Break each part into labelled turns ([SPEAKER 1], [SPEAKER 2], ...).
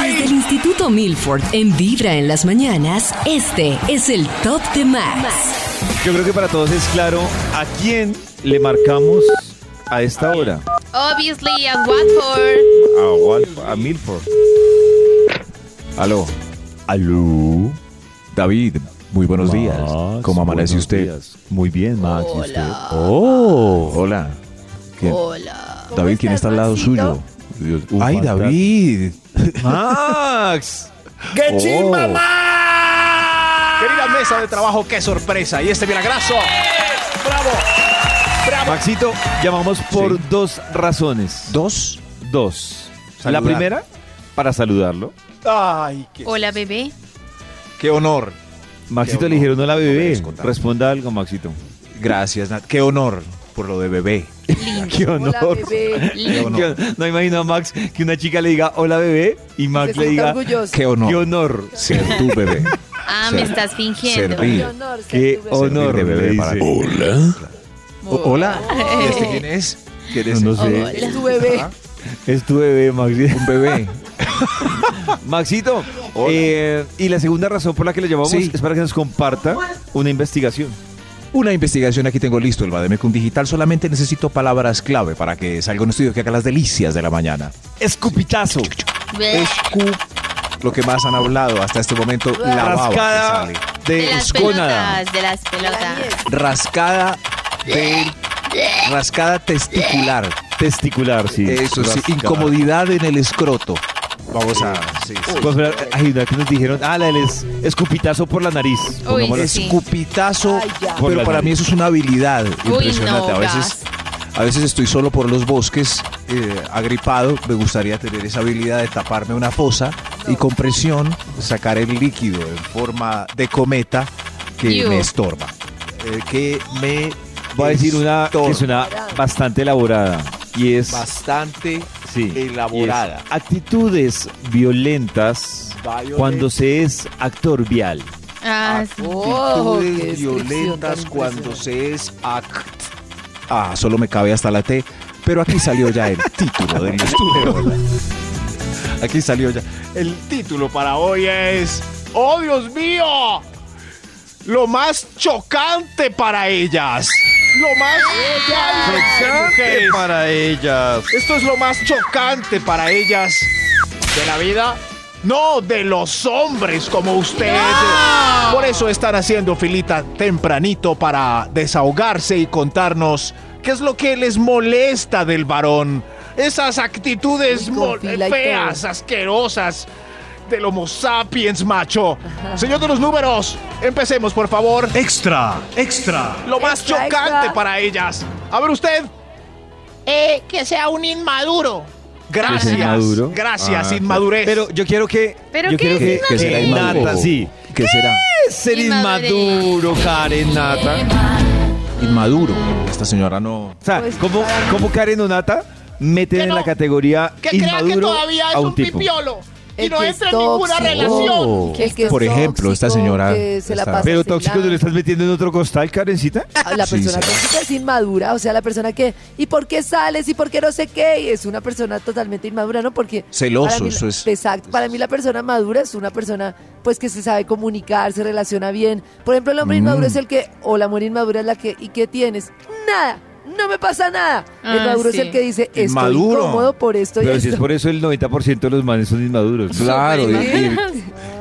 [SPEAKER 1] Desde
[SPEAKER 2] ¡Ay!
[SPEAKER 1] el Instituto Milford, en Vibra en las mañanas, este es el Top de Max.
[SPEAKER 3] Yo creo que para todos es claro a quién le marcamos a esta hora.
[SPEAKER 4] Obviously, at Watford.
[SPEAKER 3] A, Wal- a Milford. Aló. Aló. David, muy buenos días. ¿Cómo amanece usted? Muy bien, Max. ¿Y usted? Oh. Hola. ¿Quién-
[SPEAKER 4] Hola.
[SPEAKER 3] David, ¿quién está al lado suyo? ¡Ay, David! ¡Max!
[SPEAKER 2] ¡Qué chimba
[SPEAKER 3] Oh.
[SPEAKER 2] más!
[SPEAKER 5] Querida mesa de trabajo, qué sorpresa. Y este milagroso. ¡Bravo!
[SPEAKER 3] Maxito, llamamos por
[SPEAKER 5] Sí.
[SPEAKER 3] dos razones.
[SPEAKER 5] Dos.
[SPEAKER 3] Dos.
[SPEAKER 5] Saludar.
[SPEAKER 3] La primera, para saludarlo.
[SPEAKER 5] Ay, qué,
[SPEAKER 4] Hola, bebé.
[SPEAKER 5] qué honor.
[SPEAKER 3] Maxito
[SPEAKER 5] Qué
[SPEAKER 3] le dijeron no la bebé.
[SPEAKER 5] merezco tanto.
[SPEAKER 3] Responda algo, Maxito.
[SPEAKER 5] Gracias, Nat. Qué honor por lo de bebé.
[SPEAKER 3] Qué honor. Qué
[SPEAKER 4] Lindo.
[SPEAKER 3] honor. No imagino a Max que una chica le diga hola bebé y Max le diga
[SPEAKER 5] Qué honor.
[SPEAKER 3] qué honor.
[SPEAKER 5] Ser tu bebé.
[SPEAKER 4] Ah, me
[SPEAKER 5] Ser-
[SPEAKER 4] estás fingiendo.
[SPEAKER 5] Servir.
[SPEAKER 3] Qué honor.
[SPEAKER 5] de bebé
[SPEAKER 3] le
[SPEAKER 5] para
[SPEAKER 3] dice.
[SPEAKER 5] ti.
[SPEAKER 4] Oh.
[SPEAKER 5] O- hola. ¿Y este quién es? ¿Quién es?
[SPEAKER 3] No, no
[SPEAKER 5] este?
[SPEAKER 3] sé.
[SPEAKER 4] Es
[SPEAKER 6] tu bebé.
[SPEAKER 3] Es tu bebé, Maxito.
[SPEAKER 5] Un bebé.
[SPEAKER 3] Maxito.
[SPEAKER 5] Hola.
[SPEAKER 3] eh, y la segunda razón por la que le llamamos
[SPEAKER 5] Sí.
[SPEAKER 3] es para que nos comparta una investigación.
[SPEAKER 5] Una investigación aquí tengo listo, el Bademecum Digital. Solamente necesito palabras clave para que salga un estudio que haga las delicias de la mañana.
[SPEAKER 3] Escupitazo.
[SPEAKER 4] Bleh.
[SPEAKER 5] Escu... Lo que más han hablado hasta este momento, la baba que
[SPEAKER 3] Rascada
[SPEAKER 5] sale.
[SPEAKER 4] De
[SPEAKER 3] de
[SPEAKER 4] las
[SPEAKER 3] escónada.
[SPEAKER 4] pelotas, de las pelotas.
[SPEAKER 5] rascada de rascada testicular.
[SPEAKER 3] Testicular, sí.
[SPEAKER 5] Eso sí,
[SPEAKER 3] Rascada.
[SPEAKER 5] incomodidad en el escroto. Vamos a sí, sí.
[SPEAKER 3] Vamos a ver, Ay, una que nos dijeron, ah, la del es- escupitazo por la nariz. Pongámoslo
[SPEAKER 4] sí.
[SPEAKER 5] escupitazo,
[SPEAKER 6] Ay, ya.
[SPEAKER 3] Por
[SPEAKER 5] pero
[SPEAKER 3] la
[SPEAKER 5] para
[SPEAKER 3] nariz.
[SPEAKER 5] mí eso es una habilidad
[SPEAKER 4] no,
[SPEAKER 5] impresionante. a veces a veces estoy solo por los bosques, eh, agripado, me gustaría tener esa habilidad de taparme una fosa y con presión sacar el líquido en forma de cometa que
[SPEAKER 4] Iu.
[SPEAKER 5] me estorba. Eh, que me
[SPEAKER 3] Voy a decir una que
[SPEAKER 5] estorba.
[SPEAKER 3] suena bastante elaborada y es
[SPEAKER 5] bastante
[SPEAKER 3] sí, y es
[SPEAKER 5] elaborada.
[SPEAKER 3] actitudes violentas
[SPEAKER 5] Violent-
[SPEAKER 3] cuando se es actor vial.
[SPEAKER 4] Ah, sí.
[SPEAKER 6] Oh, qué
[SPEAKER 5] actitudes
[SPEAKER 6] descripción
[SPEAKER 5] violentas
[SPEAKER 6] tan
[SPEAKER 5] cuando se es act. Ah, solo me cabe hasta la T, pero aquí salió ya el título del estudio. Aquí salió ya.
[SPEAKER 2] El título para hoy es... ¡Oh, Dios mío! Lo más chocante para ellas. Lo más chocante para ellas.
[SPEAKER 3] para ellas.
[SPEAKER 2] Esto es lo más chocante para ellas. ¿De la vida? No, de los hombres como usted. Por eso están haciendo filita tempranito para desahogarse y contarnos qué es lo que les molesta del varón. Esas actitudes
[SPEAKER 6] Uy, con
[SPEAKER 2] mol-
[SPEAKER 6] fila y
[SPEAKER 2] feas, asquerosas del Homo sapiens macho. Señor de los números, empecemos por favor.
[SPEAKER 7] Extra, extra.
[SPEAKER 2] Lo más
[SPEAKER 6] Extra,
[SPEAKER 2] chocante
[SPEAKER 6] extra.
[SPEAKER 2] para ellas. A ver usted.
[SPEAKER 8] Eh,
[SPEAKER 2] que sea un inmaduro. Gracias.
[SPEAKER 3] inmaduro.
[SPEAKER 2] Gracias,
[SPEAKER 5] Ah,
[SPEAKER 2] inmadurez.
[SPEAKER 3] Pero yo quiero que.
[SPEAKER 4] ¿Pero
[SPEAKER 3] yo
[SPEAKER 4] qué
[SPEAKER 3] quiero
[SPEAKER 4] es
[SPEAKER 3] que,
[SPEAKER 4] inmaduro?
[SPEAKER 3] que será
[SPEAKER 5] Eh,
[SPEAKER 3] inmaduro.
[SPEAKER 5] Nata,
[SPEAKER 3] sí.
[SPEAKER 5] ¿Qué será?
[SPEAKER 3] Ser
[SPEAKER 4] Inmadurez.
[SPEAKER 3] inmaduro, Karen Nata.
[SPEAKER 5] Inmaduro. Esta señora no.
[SPEAKER 3] O sea,
[SPEAKER 6] Pues,
[SPEAKER 3] ¿cómo,
[SPEAKER 6] para-
[SPEAKER 3] cómo Karen o Nata meten
[SPEAKER 2] Que
[SPEAKER 3] en
[SPEAKER 2] no,
[SPEAKER 3] la categoría inmaduro a un tipo? Oh.
[SPEAKER 6] El que es tóxico.
[SPEAKER 3] relación.
[SPEAKER 6] El que es
[SPEAKER 5] Por ejemplo, esta
[SPEAKER 6] tóxico,
[SPEAKER 5] señora
[SPEAKER 6] que se la
[SPEAKER 5] está-
[SPEAKER 6] pasa
[SPEAKER 3] Pero tóxico, ¿tú le
[SPEAKER 6] celando.
[SPEAKER 3] estás metiendo en otro costal, Karencita?
[SPEAKER 6] Ah, La
[SPEAKER 5] Sí,
[SPEAKER 6] persona
[SPEAKER 5] será.
[SPEAKER 6] tóxica es inmadura, o sea, la persona que, ¿y por qué sales? ¿Y por qué no sé qué? Y es una persona totalmente inmadura, ¿no? Porque...
[SPEAKER 5] Celoso,
[SPEAKER 6] para mí-
[SPEAKER 5] eso es.
[SPEAKER 6] Exacto, para mí la persona madura es una persona, pues, que se sabe comunicar, se relaciona bien. Por ejemplo, el hombre
[SPEAKER 5] Mm.
[SPEAKER 6] inmaduro es el que, o la mujer inmadura es la que, ¿y qué tienes? Nada, no me pasa nada. el
[SPEAKER 4] Ah,
[SPEAKER 6] maduro
[SPEAKER 4] sí.
[SPEAKER 6] es el que dice, estoy
[SPEAKER 5] Inmaduro.
[SPEAKER 6] incómodo por esto y
[SPEAKER 3] Pero si
[SPEAKER 6] esto.
[SPEAKER 3] es por eso el 90% de los manes son inmaduros.
[SPEAKER 5] Claro, y, y-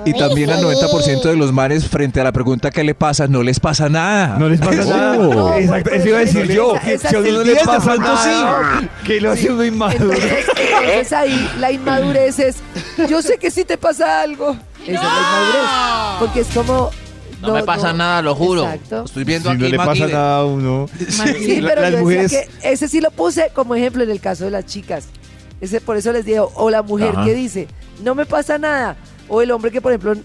[SPEAKER 5] y también al 90% de los manes frente a la pregunta ¿qué le pasa? No les pasa nada.
[SPEAKER 3] No les pasa
[SPEAKER 6] Oh,
[SPEAKER 5] Eso.
[SPEAKER 3] nada.
[SPEAKER 6] No,
[SPEAKER 3] Exacto,
[SPEAKER 6] pues,
[SPEAKER 3] eso iba a
[SPEAKER 6] pues,
[SPEAKER 3] decir
[SPEAKER 6] esa-
[SPEAKER 3] yo.
[SPEAKER 6] esa
[SPEAKER 3] Si a uno
[SPEAKER 6] sí
[SPEAKER 3] no
[SPEAKER 6] le
[SPEAKER 3] le pasa
[SPEAKER 6] pasa
[SPEAKER 3] nada,
[SPEAKER 6] nada.
[SPEAKER 3] que lo hace uno inmaduro.
[SPEAKER 6] oh, Entonces, entonces ahí la inmadurez es, yo sé que sí te pasa algo. Esa es la inmadurez. Porque es como...
[SPEAKER 8] No me pasa nada, lo juro.
[SPEAKER 6] Exacto.
[SPEAKER 8] Estoy viendo
[SPEAKER 3] Si no
[SPEAKER 8] aquí
[SPEAKER 3] le pasa
[SPEAKER 8] MacGyver.
[SPEAKER 3] nada a uno.
[SPEAKER 6] Sí,
[SPEAKER 3] La-
[SPEAKER 6] pero
[SPEAKER 3] las
[SPEAKER 6] yo
[SPEAKER 3] mujeres-
[SPEAKER 6] decía que ese sí lo puse como ejemplo en el caso de las chicas. Ese por eso les digo, o la mujer
[SPEAKER 5] Ajá.
[SPEAKER 6] que dice, no me pasa nada, o el hombre que por ejemplo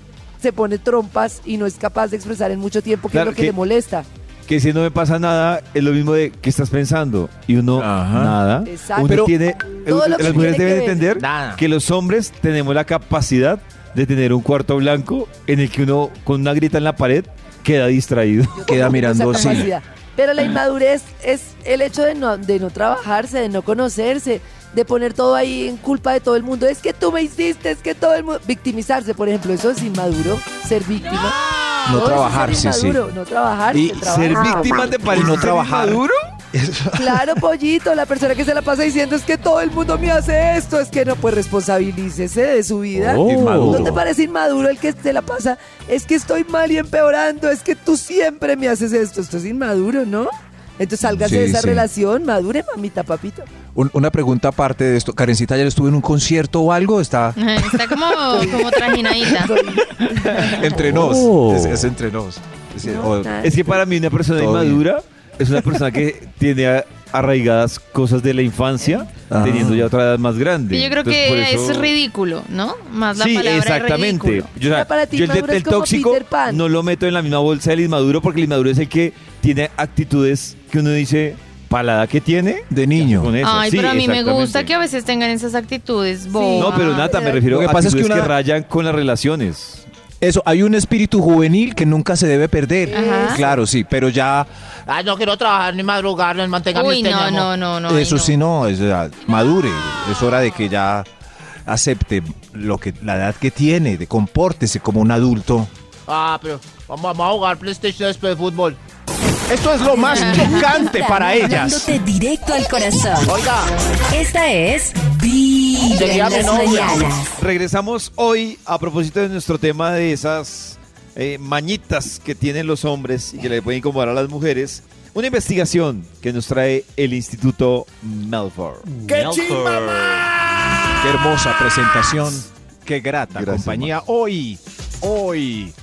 [SPEAKER 6] se pone trompas y no es capaz de expresar en mucho tiempo qué
[SPEAKER 3] Claro,
[SPEAKER 6] es lo que
[SPEAKER 3] que-
[SPEAKER 6] le molesta.
[SPEAKER 3] Que si no me pasa nada, es lo mismo de ¿qué estás pensando? Y uno,
[SPEAKER 5] Ajá.
[SPEAKER 3] nada.
[SPEAKER 6] Exacto.
[SPEAKER 3] Uno
[SPEAKER 6] Pero
[SPEAKER 3] tiene, eh,
[SPEAKER 6] todo lo que
[SPEAKER 3] las mujeres
[SPEAKER 6] tiene que
[SPEAKER 3] deben
[SPEAKER 6] ver-
[SPEAKER 3] entender
[SPEAKER 8] Nada.
[SPEAKER 3] que los hombres tenemos la capacidad de tener un cuarto blanco en el que uno con una grita en la pared queda distraído.
[SPEAKER 5] Queda mirando
[SPEAKER 6] esa
[SPEAKER 5] así.
[SPEAKER 6] capacidad. Pero la inmadurez es el hecho de no, de no trabajarse, de no conocerse, de poner todo ahí en culpa de todo el mundo. Es que tú me hiciste, es que todo el mundo. Victimizarse, por ejemplo, eso es inmaduro, ser víctima.
[SPEAKER 5] No
[SPEAKER 6] Todo eso es ser
[SPEAKER 5] trabajarse, sí.
[SPEAKER 6] inmaduro, No trabajarse,
[SPEAKER 5] Y
[SPEAKER 6] trabajar.
[SPEAKER 3] Ser víctimas de
[SPEAKER 5] Y
[SPEAKER 3] parecer
[SPEAKER 5] no trabajar.
[SPEAKER 3] inmaduro.
[SPEAKER 6] Claro, pollito, la persona que se la pasa diciendo es que todo el mundo me hace esto, es que no, pues responsabilícese de su vida.
[SPEAKER 3] Oh.
[SPEAKER 5] Inmaduro.
[SPEAKER 6] ¿No te parece inmaduro el que se la pasa? Es que estoy mal y empeorando, es que tú siempre me haces esto. Esto es inmaduro, ¿no? Entonces sálgase
[SPEAKER 5] Sí,
[SPEAKER 6] de esa
[SPEAKER 5] sí.
[SPEAKER 6] relación, madure, mamita, papito.
[SPEAKER 5] Un- una pregunta aparte de esto. Karencita, ¿ya estuvo en un concierto o algo? Está
[SPEAKER 4] Está como, como trajinadita.
[SPEAKER 5] entre nos.
[SPEAKER 3] Oh.
[SPEAKER 5] Es, es entre nos. Es decir, o-
[SPEAKER 6] nada.
[SPEAKER 3] Es que para mí una persona
[SPEAKER 5] Todo bien.
[SPEAKER 3] inmadura es una persona que tiene a- arraigadas cosas de la infancia,
[SPEAKER 5] Ah.
[SPEAKER 3] teniendo ya otra edad más grande.
[SPEAKER 4] Y yo creo
[SPEAKER 3] Entonces, por
[SPEAKER 4] que
[SPEAKER 3] eso-
[SPEAKER 4] es ridículo, ¿no? Más la
[SPEAKER 3] sí,
[SPEAKER 4] palabra es
[SPEAKER 3] exactamente.
[SPEAKER 4] ridículo.
[SPEAKER 3] Yo, o sea,
[SPEAKER 6] Pero para ti
[SPEAKER 3] yo el, de-
[SPEAKER 6] inmaduro es
[SPEAKER 3] el
[SPEAKER 6] como
[SPEAKER 3] tóxico
[SPEAKER 6] Peter Pan.
[SPEAKER 3] no lo meto en la misma bolsa del inmaduro porque el inmaduro es el que tiene actitudes que uno dice, palada que tiene.
[SPEAKER 5] de niño.
[SPEAKER 3] Con eso.
[SPEAKER 4] Ay,
[SPEAKER 3] Sí,
[SPEAKER 4] pero a mí me
[SPEAKER 3] exactamente.
[SPEAKER 4] gusta que a veces tengan esas actitudes bobas.
[SPEAKER 3] No, pero Nata, me
[SPEAKER 6] Lo
[SPEAKER 3] refiero
[SPEAKER 5] que
[SPEAKER 3] a
[SPEAKER 5] pasa es que
[SPEAKER 3] actitudes que,
[SPEAKER 5] una-
[SPEAKER 3] rayan con las relaciones.
[SPEAKER 5] Eso, hay un espíritu juvenil que nunca se debe perder.
[SPEAKER 4] Ajá.
[SPEAKER 5] Claro, sí, pero ya
[SPEAKER 8] Ay, Ah, no quiero trabajar ni este madrugar, no mantenga
[SPEAKER 4] Uy,
[SPEAKER 8] mi
[SPEAKER 4] no,
[SPEAKER 8] teñamo.
[SPEAKER 4] no, no, no. ay,
[SPEAKER 5] eso
[SPEAKER 4] no.
[SPEAKER 5] sí no, es, ah, madure. Es hora de que ya acepte lo que la edad que tiene, de compórtese como un adulto.
[SPEAKER 8] Ah, pero vamos, vamos a jugar PlayStation después de fútbol.
[SPEAKER 2] Esto es lo más chocante para ellas.
[SPEAKER 1] Dándote directo al corazón.
[SPEAKER 8] Oiga,
[SPEAKER 1] Esta es Vibra
[SPEAKER 8] Sería
[SPEAKER 1] en
[SPEAKER 8] mi
[SPEAKER 1] las
[SPEAKER 8] novia.
[SPEAKER 1] mañanas.
[SPEAKER 3] Regresamos hoy a propósito de nuestro tema de esas eh, mañitas que tienen los hombres y que le pueden incomodar a las mujeres. Una investigación que nos trae el Instituto Melford.
[SPEAKER 2] ¡Qué chimba, ma!
[SPEAKER 5] Qué hermosa presentación, qué grata
[SPEAKER 3] Gracias,
[SPEAKER 5] compañía. Hoy, hoy,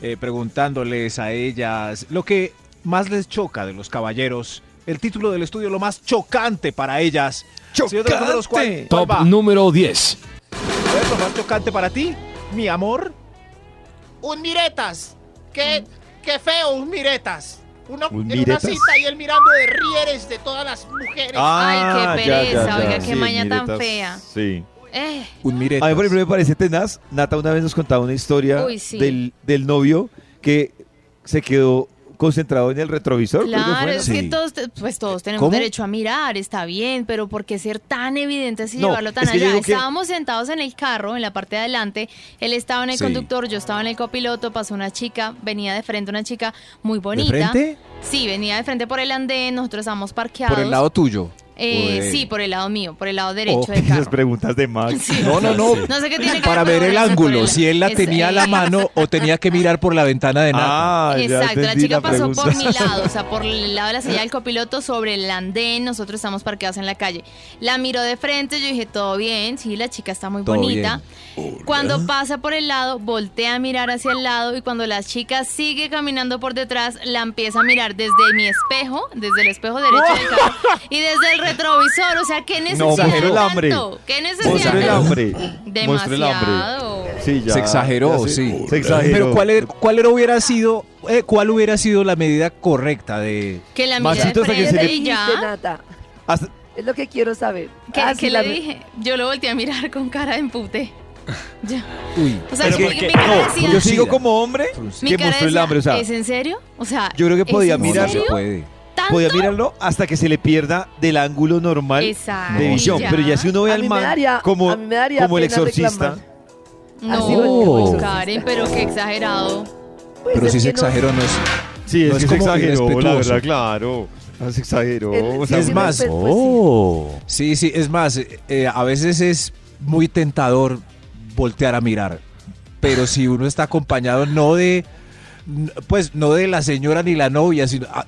[SPEAKER 5] eh, preguntándoles a ellas lo que más les choca de los caballeros. El título del estudio, lo más chocante para ellas. Señor de los números, ¿cuál- cuál
[SPEAKER 9] Top
[SPEAKER 5] va?
[SPEAKER 9] número 10.
[SPEAKER 5] ¿Cuál es lo más chocante para ti, mi amor?
[SPEAKER 8] un miretas. Qué,
[SPEAKER 4] Mm.
[SPEAKER 8] qué feo, un miretas. Uno
[SPEAKER 3] ¿Un
[SPEAKER 8] en
[SPEAKER 3] miretas?
[SPEAKER 8] una cita y él mirando de rieres de todas las mujeres.
[SPEAKER 3] Ah,
[SPEAKER 4] Ay, qué pereza, oiga, qué maña tan
[SPEAKER 3] miretas,
[SPEAKER 4] fea.
[SPEAKER 3] Sí.
[SPEAKER 4] Eh,
[SPEAKER 5] Un
[SPEAKER 3] A mí, por
[SPEAKER 5] miretas.
[SPEAKER 3] ejemplo, me parece tenaz. Nata una vez nos contaba una historia
[SPEAKER 4] Uy, sí.
[SPEAKER 3] del, del novio que se quedó concentrado en el retrovisor. creo que fue,
[SPEAKER 4] claro,
[SPEAKER 3] ¿no?
[SPEAKER 4] es
[SPEAKER 5] Sí.
[SPEAKER 4] que todos, te- pues todos tenemos
[SPEAKER 3] ¿Cómo?
[SPEAKER 4] derecho a mirar, está bien, pero ¿por qué ser tan evidentes y
[SPEAKER 3] No,
[SPEAKER 4] llevarlo tan
[SPEAKER 3] es que yo
[SPEAKER 4] allá?
[SPEAKER 3] digo que-
[SPEAKER 4] Estábamos sentados en el carro, en la parte de adelante, él estaba en el
[SPEAKER 5] Sí.
[SPEAKER 4] conductor, yo estaba en el copiloto, pasó una chica, venía de frente una chica muy
[SPEAKER 5] ¿De
[SPEAKER 4] bonita.
[SPEAKER 5] frente?
[SPEAKER 4] Sí, venía de frente por el andén, nosotros estábamos parqueados.
[SPEAKER 5] Por el lado tuyo.
[SPEAKER 4] Eh,
[SPEAKER 5] Uy.
[SPEAKER 4] sí, por el lado mío, por el lado derecho
[SPEAKER 3] Oh,
[SPEAKER 4] del
[SPEAKER 3] esas
[SPEAKER 4] carro.
[SPEAKER 3] preguntas de Max.
[SPEAKER 5] No, no, no.
[SPEAKER 4] No sé qué tiene que
[SPEAKER 5] Para
[SPEAKER 4] pero
[SPEAKER 5] ver el
[SPEAKER 4] bueno, por
[SPEAKER 5] ángulo,
[SPEAKER 4] el-
[SPEAKER 5] si él la
[SPEAKER 4] es-
[SPEAKER 5] tenía a
[SPEAKER 4] eh,
[SPEAKER 5] la mano o tenía que mirar por la ventana de Nata.
[SPEAKER 3] Ah, ya
[SPEAKER 4] Exacto, la
[SPEAKER 3] entendí
[SPEAKER 4] chica pasó
[SPEAKER 3] pregunta.
[SPEAKER 4] por mi lado, o sea, por el lado de la silla del copiloto sobre el andén, nosotros estamos parqueados en la calle. La miró de frente, yo dije, todo bien, sí, la chica está muy
[SPEAKER 5] Todo
[SPEAKER 4] bonita. Cuando pasa por el lado, voltea a mirar hacia el lado y cuando la chica sigue caminando por detrás, la empieza a mirar desde mi espejo, desde el espejo derecho del carro y desde el retrovisor, o sea, ¿qué
[SPEAKER 3] No,
[SPEAKER 4] necesidad de
[SPEAKER 3] mostró el hambre.
[SPEAKER 4] tanto? ¿Qué necesidad?
[SPEAKER 3] Mostró el
[SPEAKER 4] de-
[SPEAKER 3] hambre. Mostró el hambre.
[SPEAKER 4] Demasiado.
[SPEAKER 3] Sí, ya.
[SPEAKER 5] se exageró,
[SPEAKER 3] ya se-
[SPEAKER 5] sí.
[SPEAKER 3] Se exageró.
[SPEAKER 5] Pero ¿cuál, era- cuál era- hubiera sido, eh, cuál hubiera sido la medida correcta de
[SPEAKER 4] Que la mira de
[SPEAKER 3] Maxito, hasta que
[SPEAKER 4] frente
[SPEAKER 3] se le-
[SPEAKER 4] y ya.
[SPEAKER 6] Dijiste, Nata,
[SPEAKER 3] Hasta-
[SPEAKER 6] Es lo que quiero saber.
[SPEAKER 4] ¿Qué,
[SPEAKER 6] Ah,
[SPEAKER 4] qué
[SPEAKER 6] sí, la-
[SPEAKER 4] le dije? Yo lo volteé a mirar con cara de empute. Ya.
[SPEAKER 5] Uy.
[SPEAKER 4] O sea,
[SPEAKER 3] Pero
[SPEAKER 4] mi,
[SPEAKER 3] porque-
[SPEAKER 4] mi cara
[SPEAKER 3] no,
[SPEAKER 4] decía,
[SPEAKER 3] yo sigo como hombre
[SPEAKER 4] mi
[SPEAKER 3] que
[SPEAKER 4] cara
[SPEAKER 3] mostró el
[SPEAKER 4] decía,
[SPEAKER 3] hambre. O sea,
[SPEAKER 4] ¿es en serio? O sea,
[SPEAKER 3] yo creo que
[SPEAKER 4] ¿es
[SPEAKER 3] podía
[SPEAKER 4] en
[SPEAKER 5] No, no
[SPEAKER 3] mirar-
[SPEAKER 5] se
[SPEAKER 4] serio?
[SPEAKER 5] puede.
[SPEAKER 4] ¿Tanto?
[SPEAKER 3] podía mirarlo hasta que se le pierda del ángulo normal
[SPEAKER 4] Exacto.
[SPEAKER 3] de visión.
[SPEAKER 4] Ya.
[SPEAKER 3] Pero ya si uno ve
[SPEAKER 6] A
[SPEAKER 3] al
[SPEAKER 6] mí me
[SPEAKER 3] man
[SPEAKER 6] daría-
[SPEAKER 3] como,
[SPEAKER 6] a mí me daría
[SPEAKER 3] como el
[SPEAKER 6] pena
[SPEAKER 3] exorcista.
[SPEAKER 6] reclamar. Así lo
[SPEAKER 4] No, pues,
[SPEAKER 6] digo.
[SPEAKER 4] Karen, pero qué exagerado.
[SPEAKER 6] Pues
[SPEAKER 5] Pero
[SPEAKER 6] es
[SPEAKER 5] si se
[SPEAKER 6] que no-
[SPEAKER 5] exageró, no es.
[SPEAKER 3] Sí,
[SPEAKER 5] No, es como irrespetuoso.
[SPEAKER 3] claro. No, Ah, Se exageró.
[SPEAKER 6] El-
[SPEAKER 3] o
[SPEAKER 6] sí,
[SPEAKER 3] sea,
[SPEAKER 5] es
[SPEAKER 6] sí,
[SPEAKER 5] más, Oh.
[SPEAKER 6] pues, pues, sí.
[SPEAKER 5] Sí, sí, es más, eh, eh, a veces es muy tentador voltear a mirar. Pero si uno está acompañado no de, n- pues no de la señora ni la novia, sino a-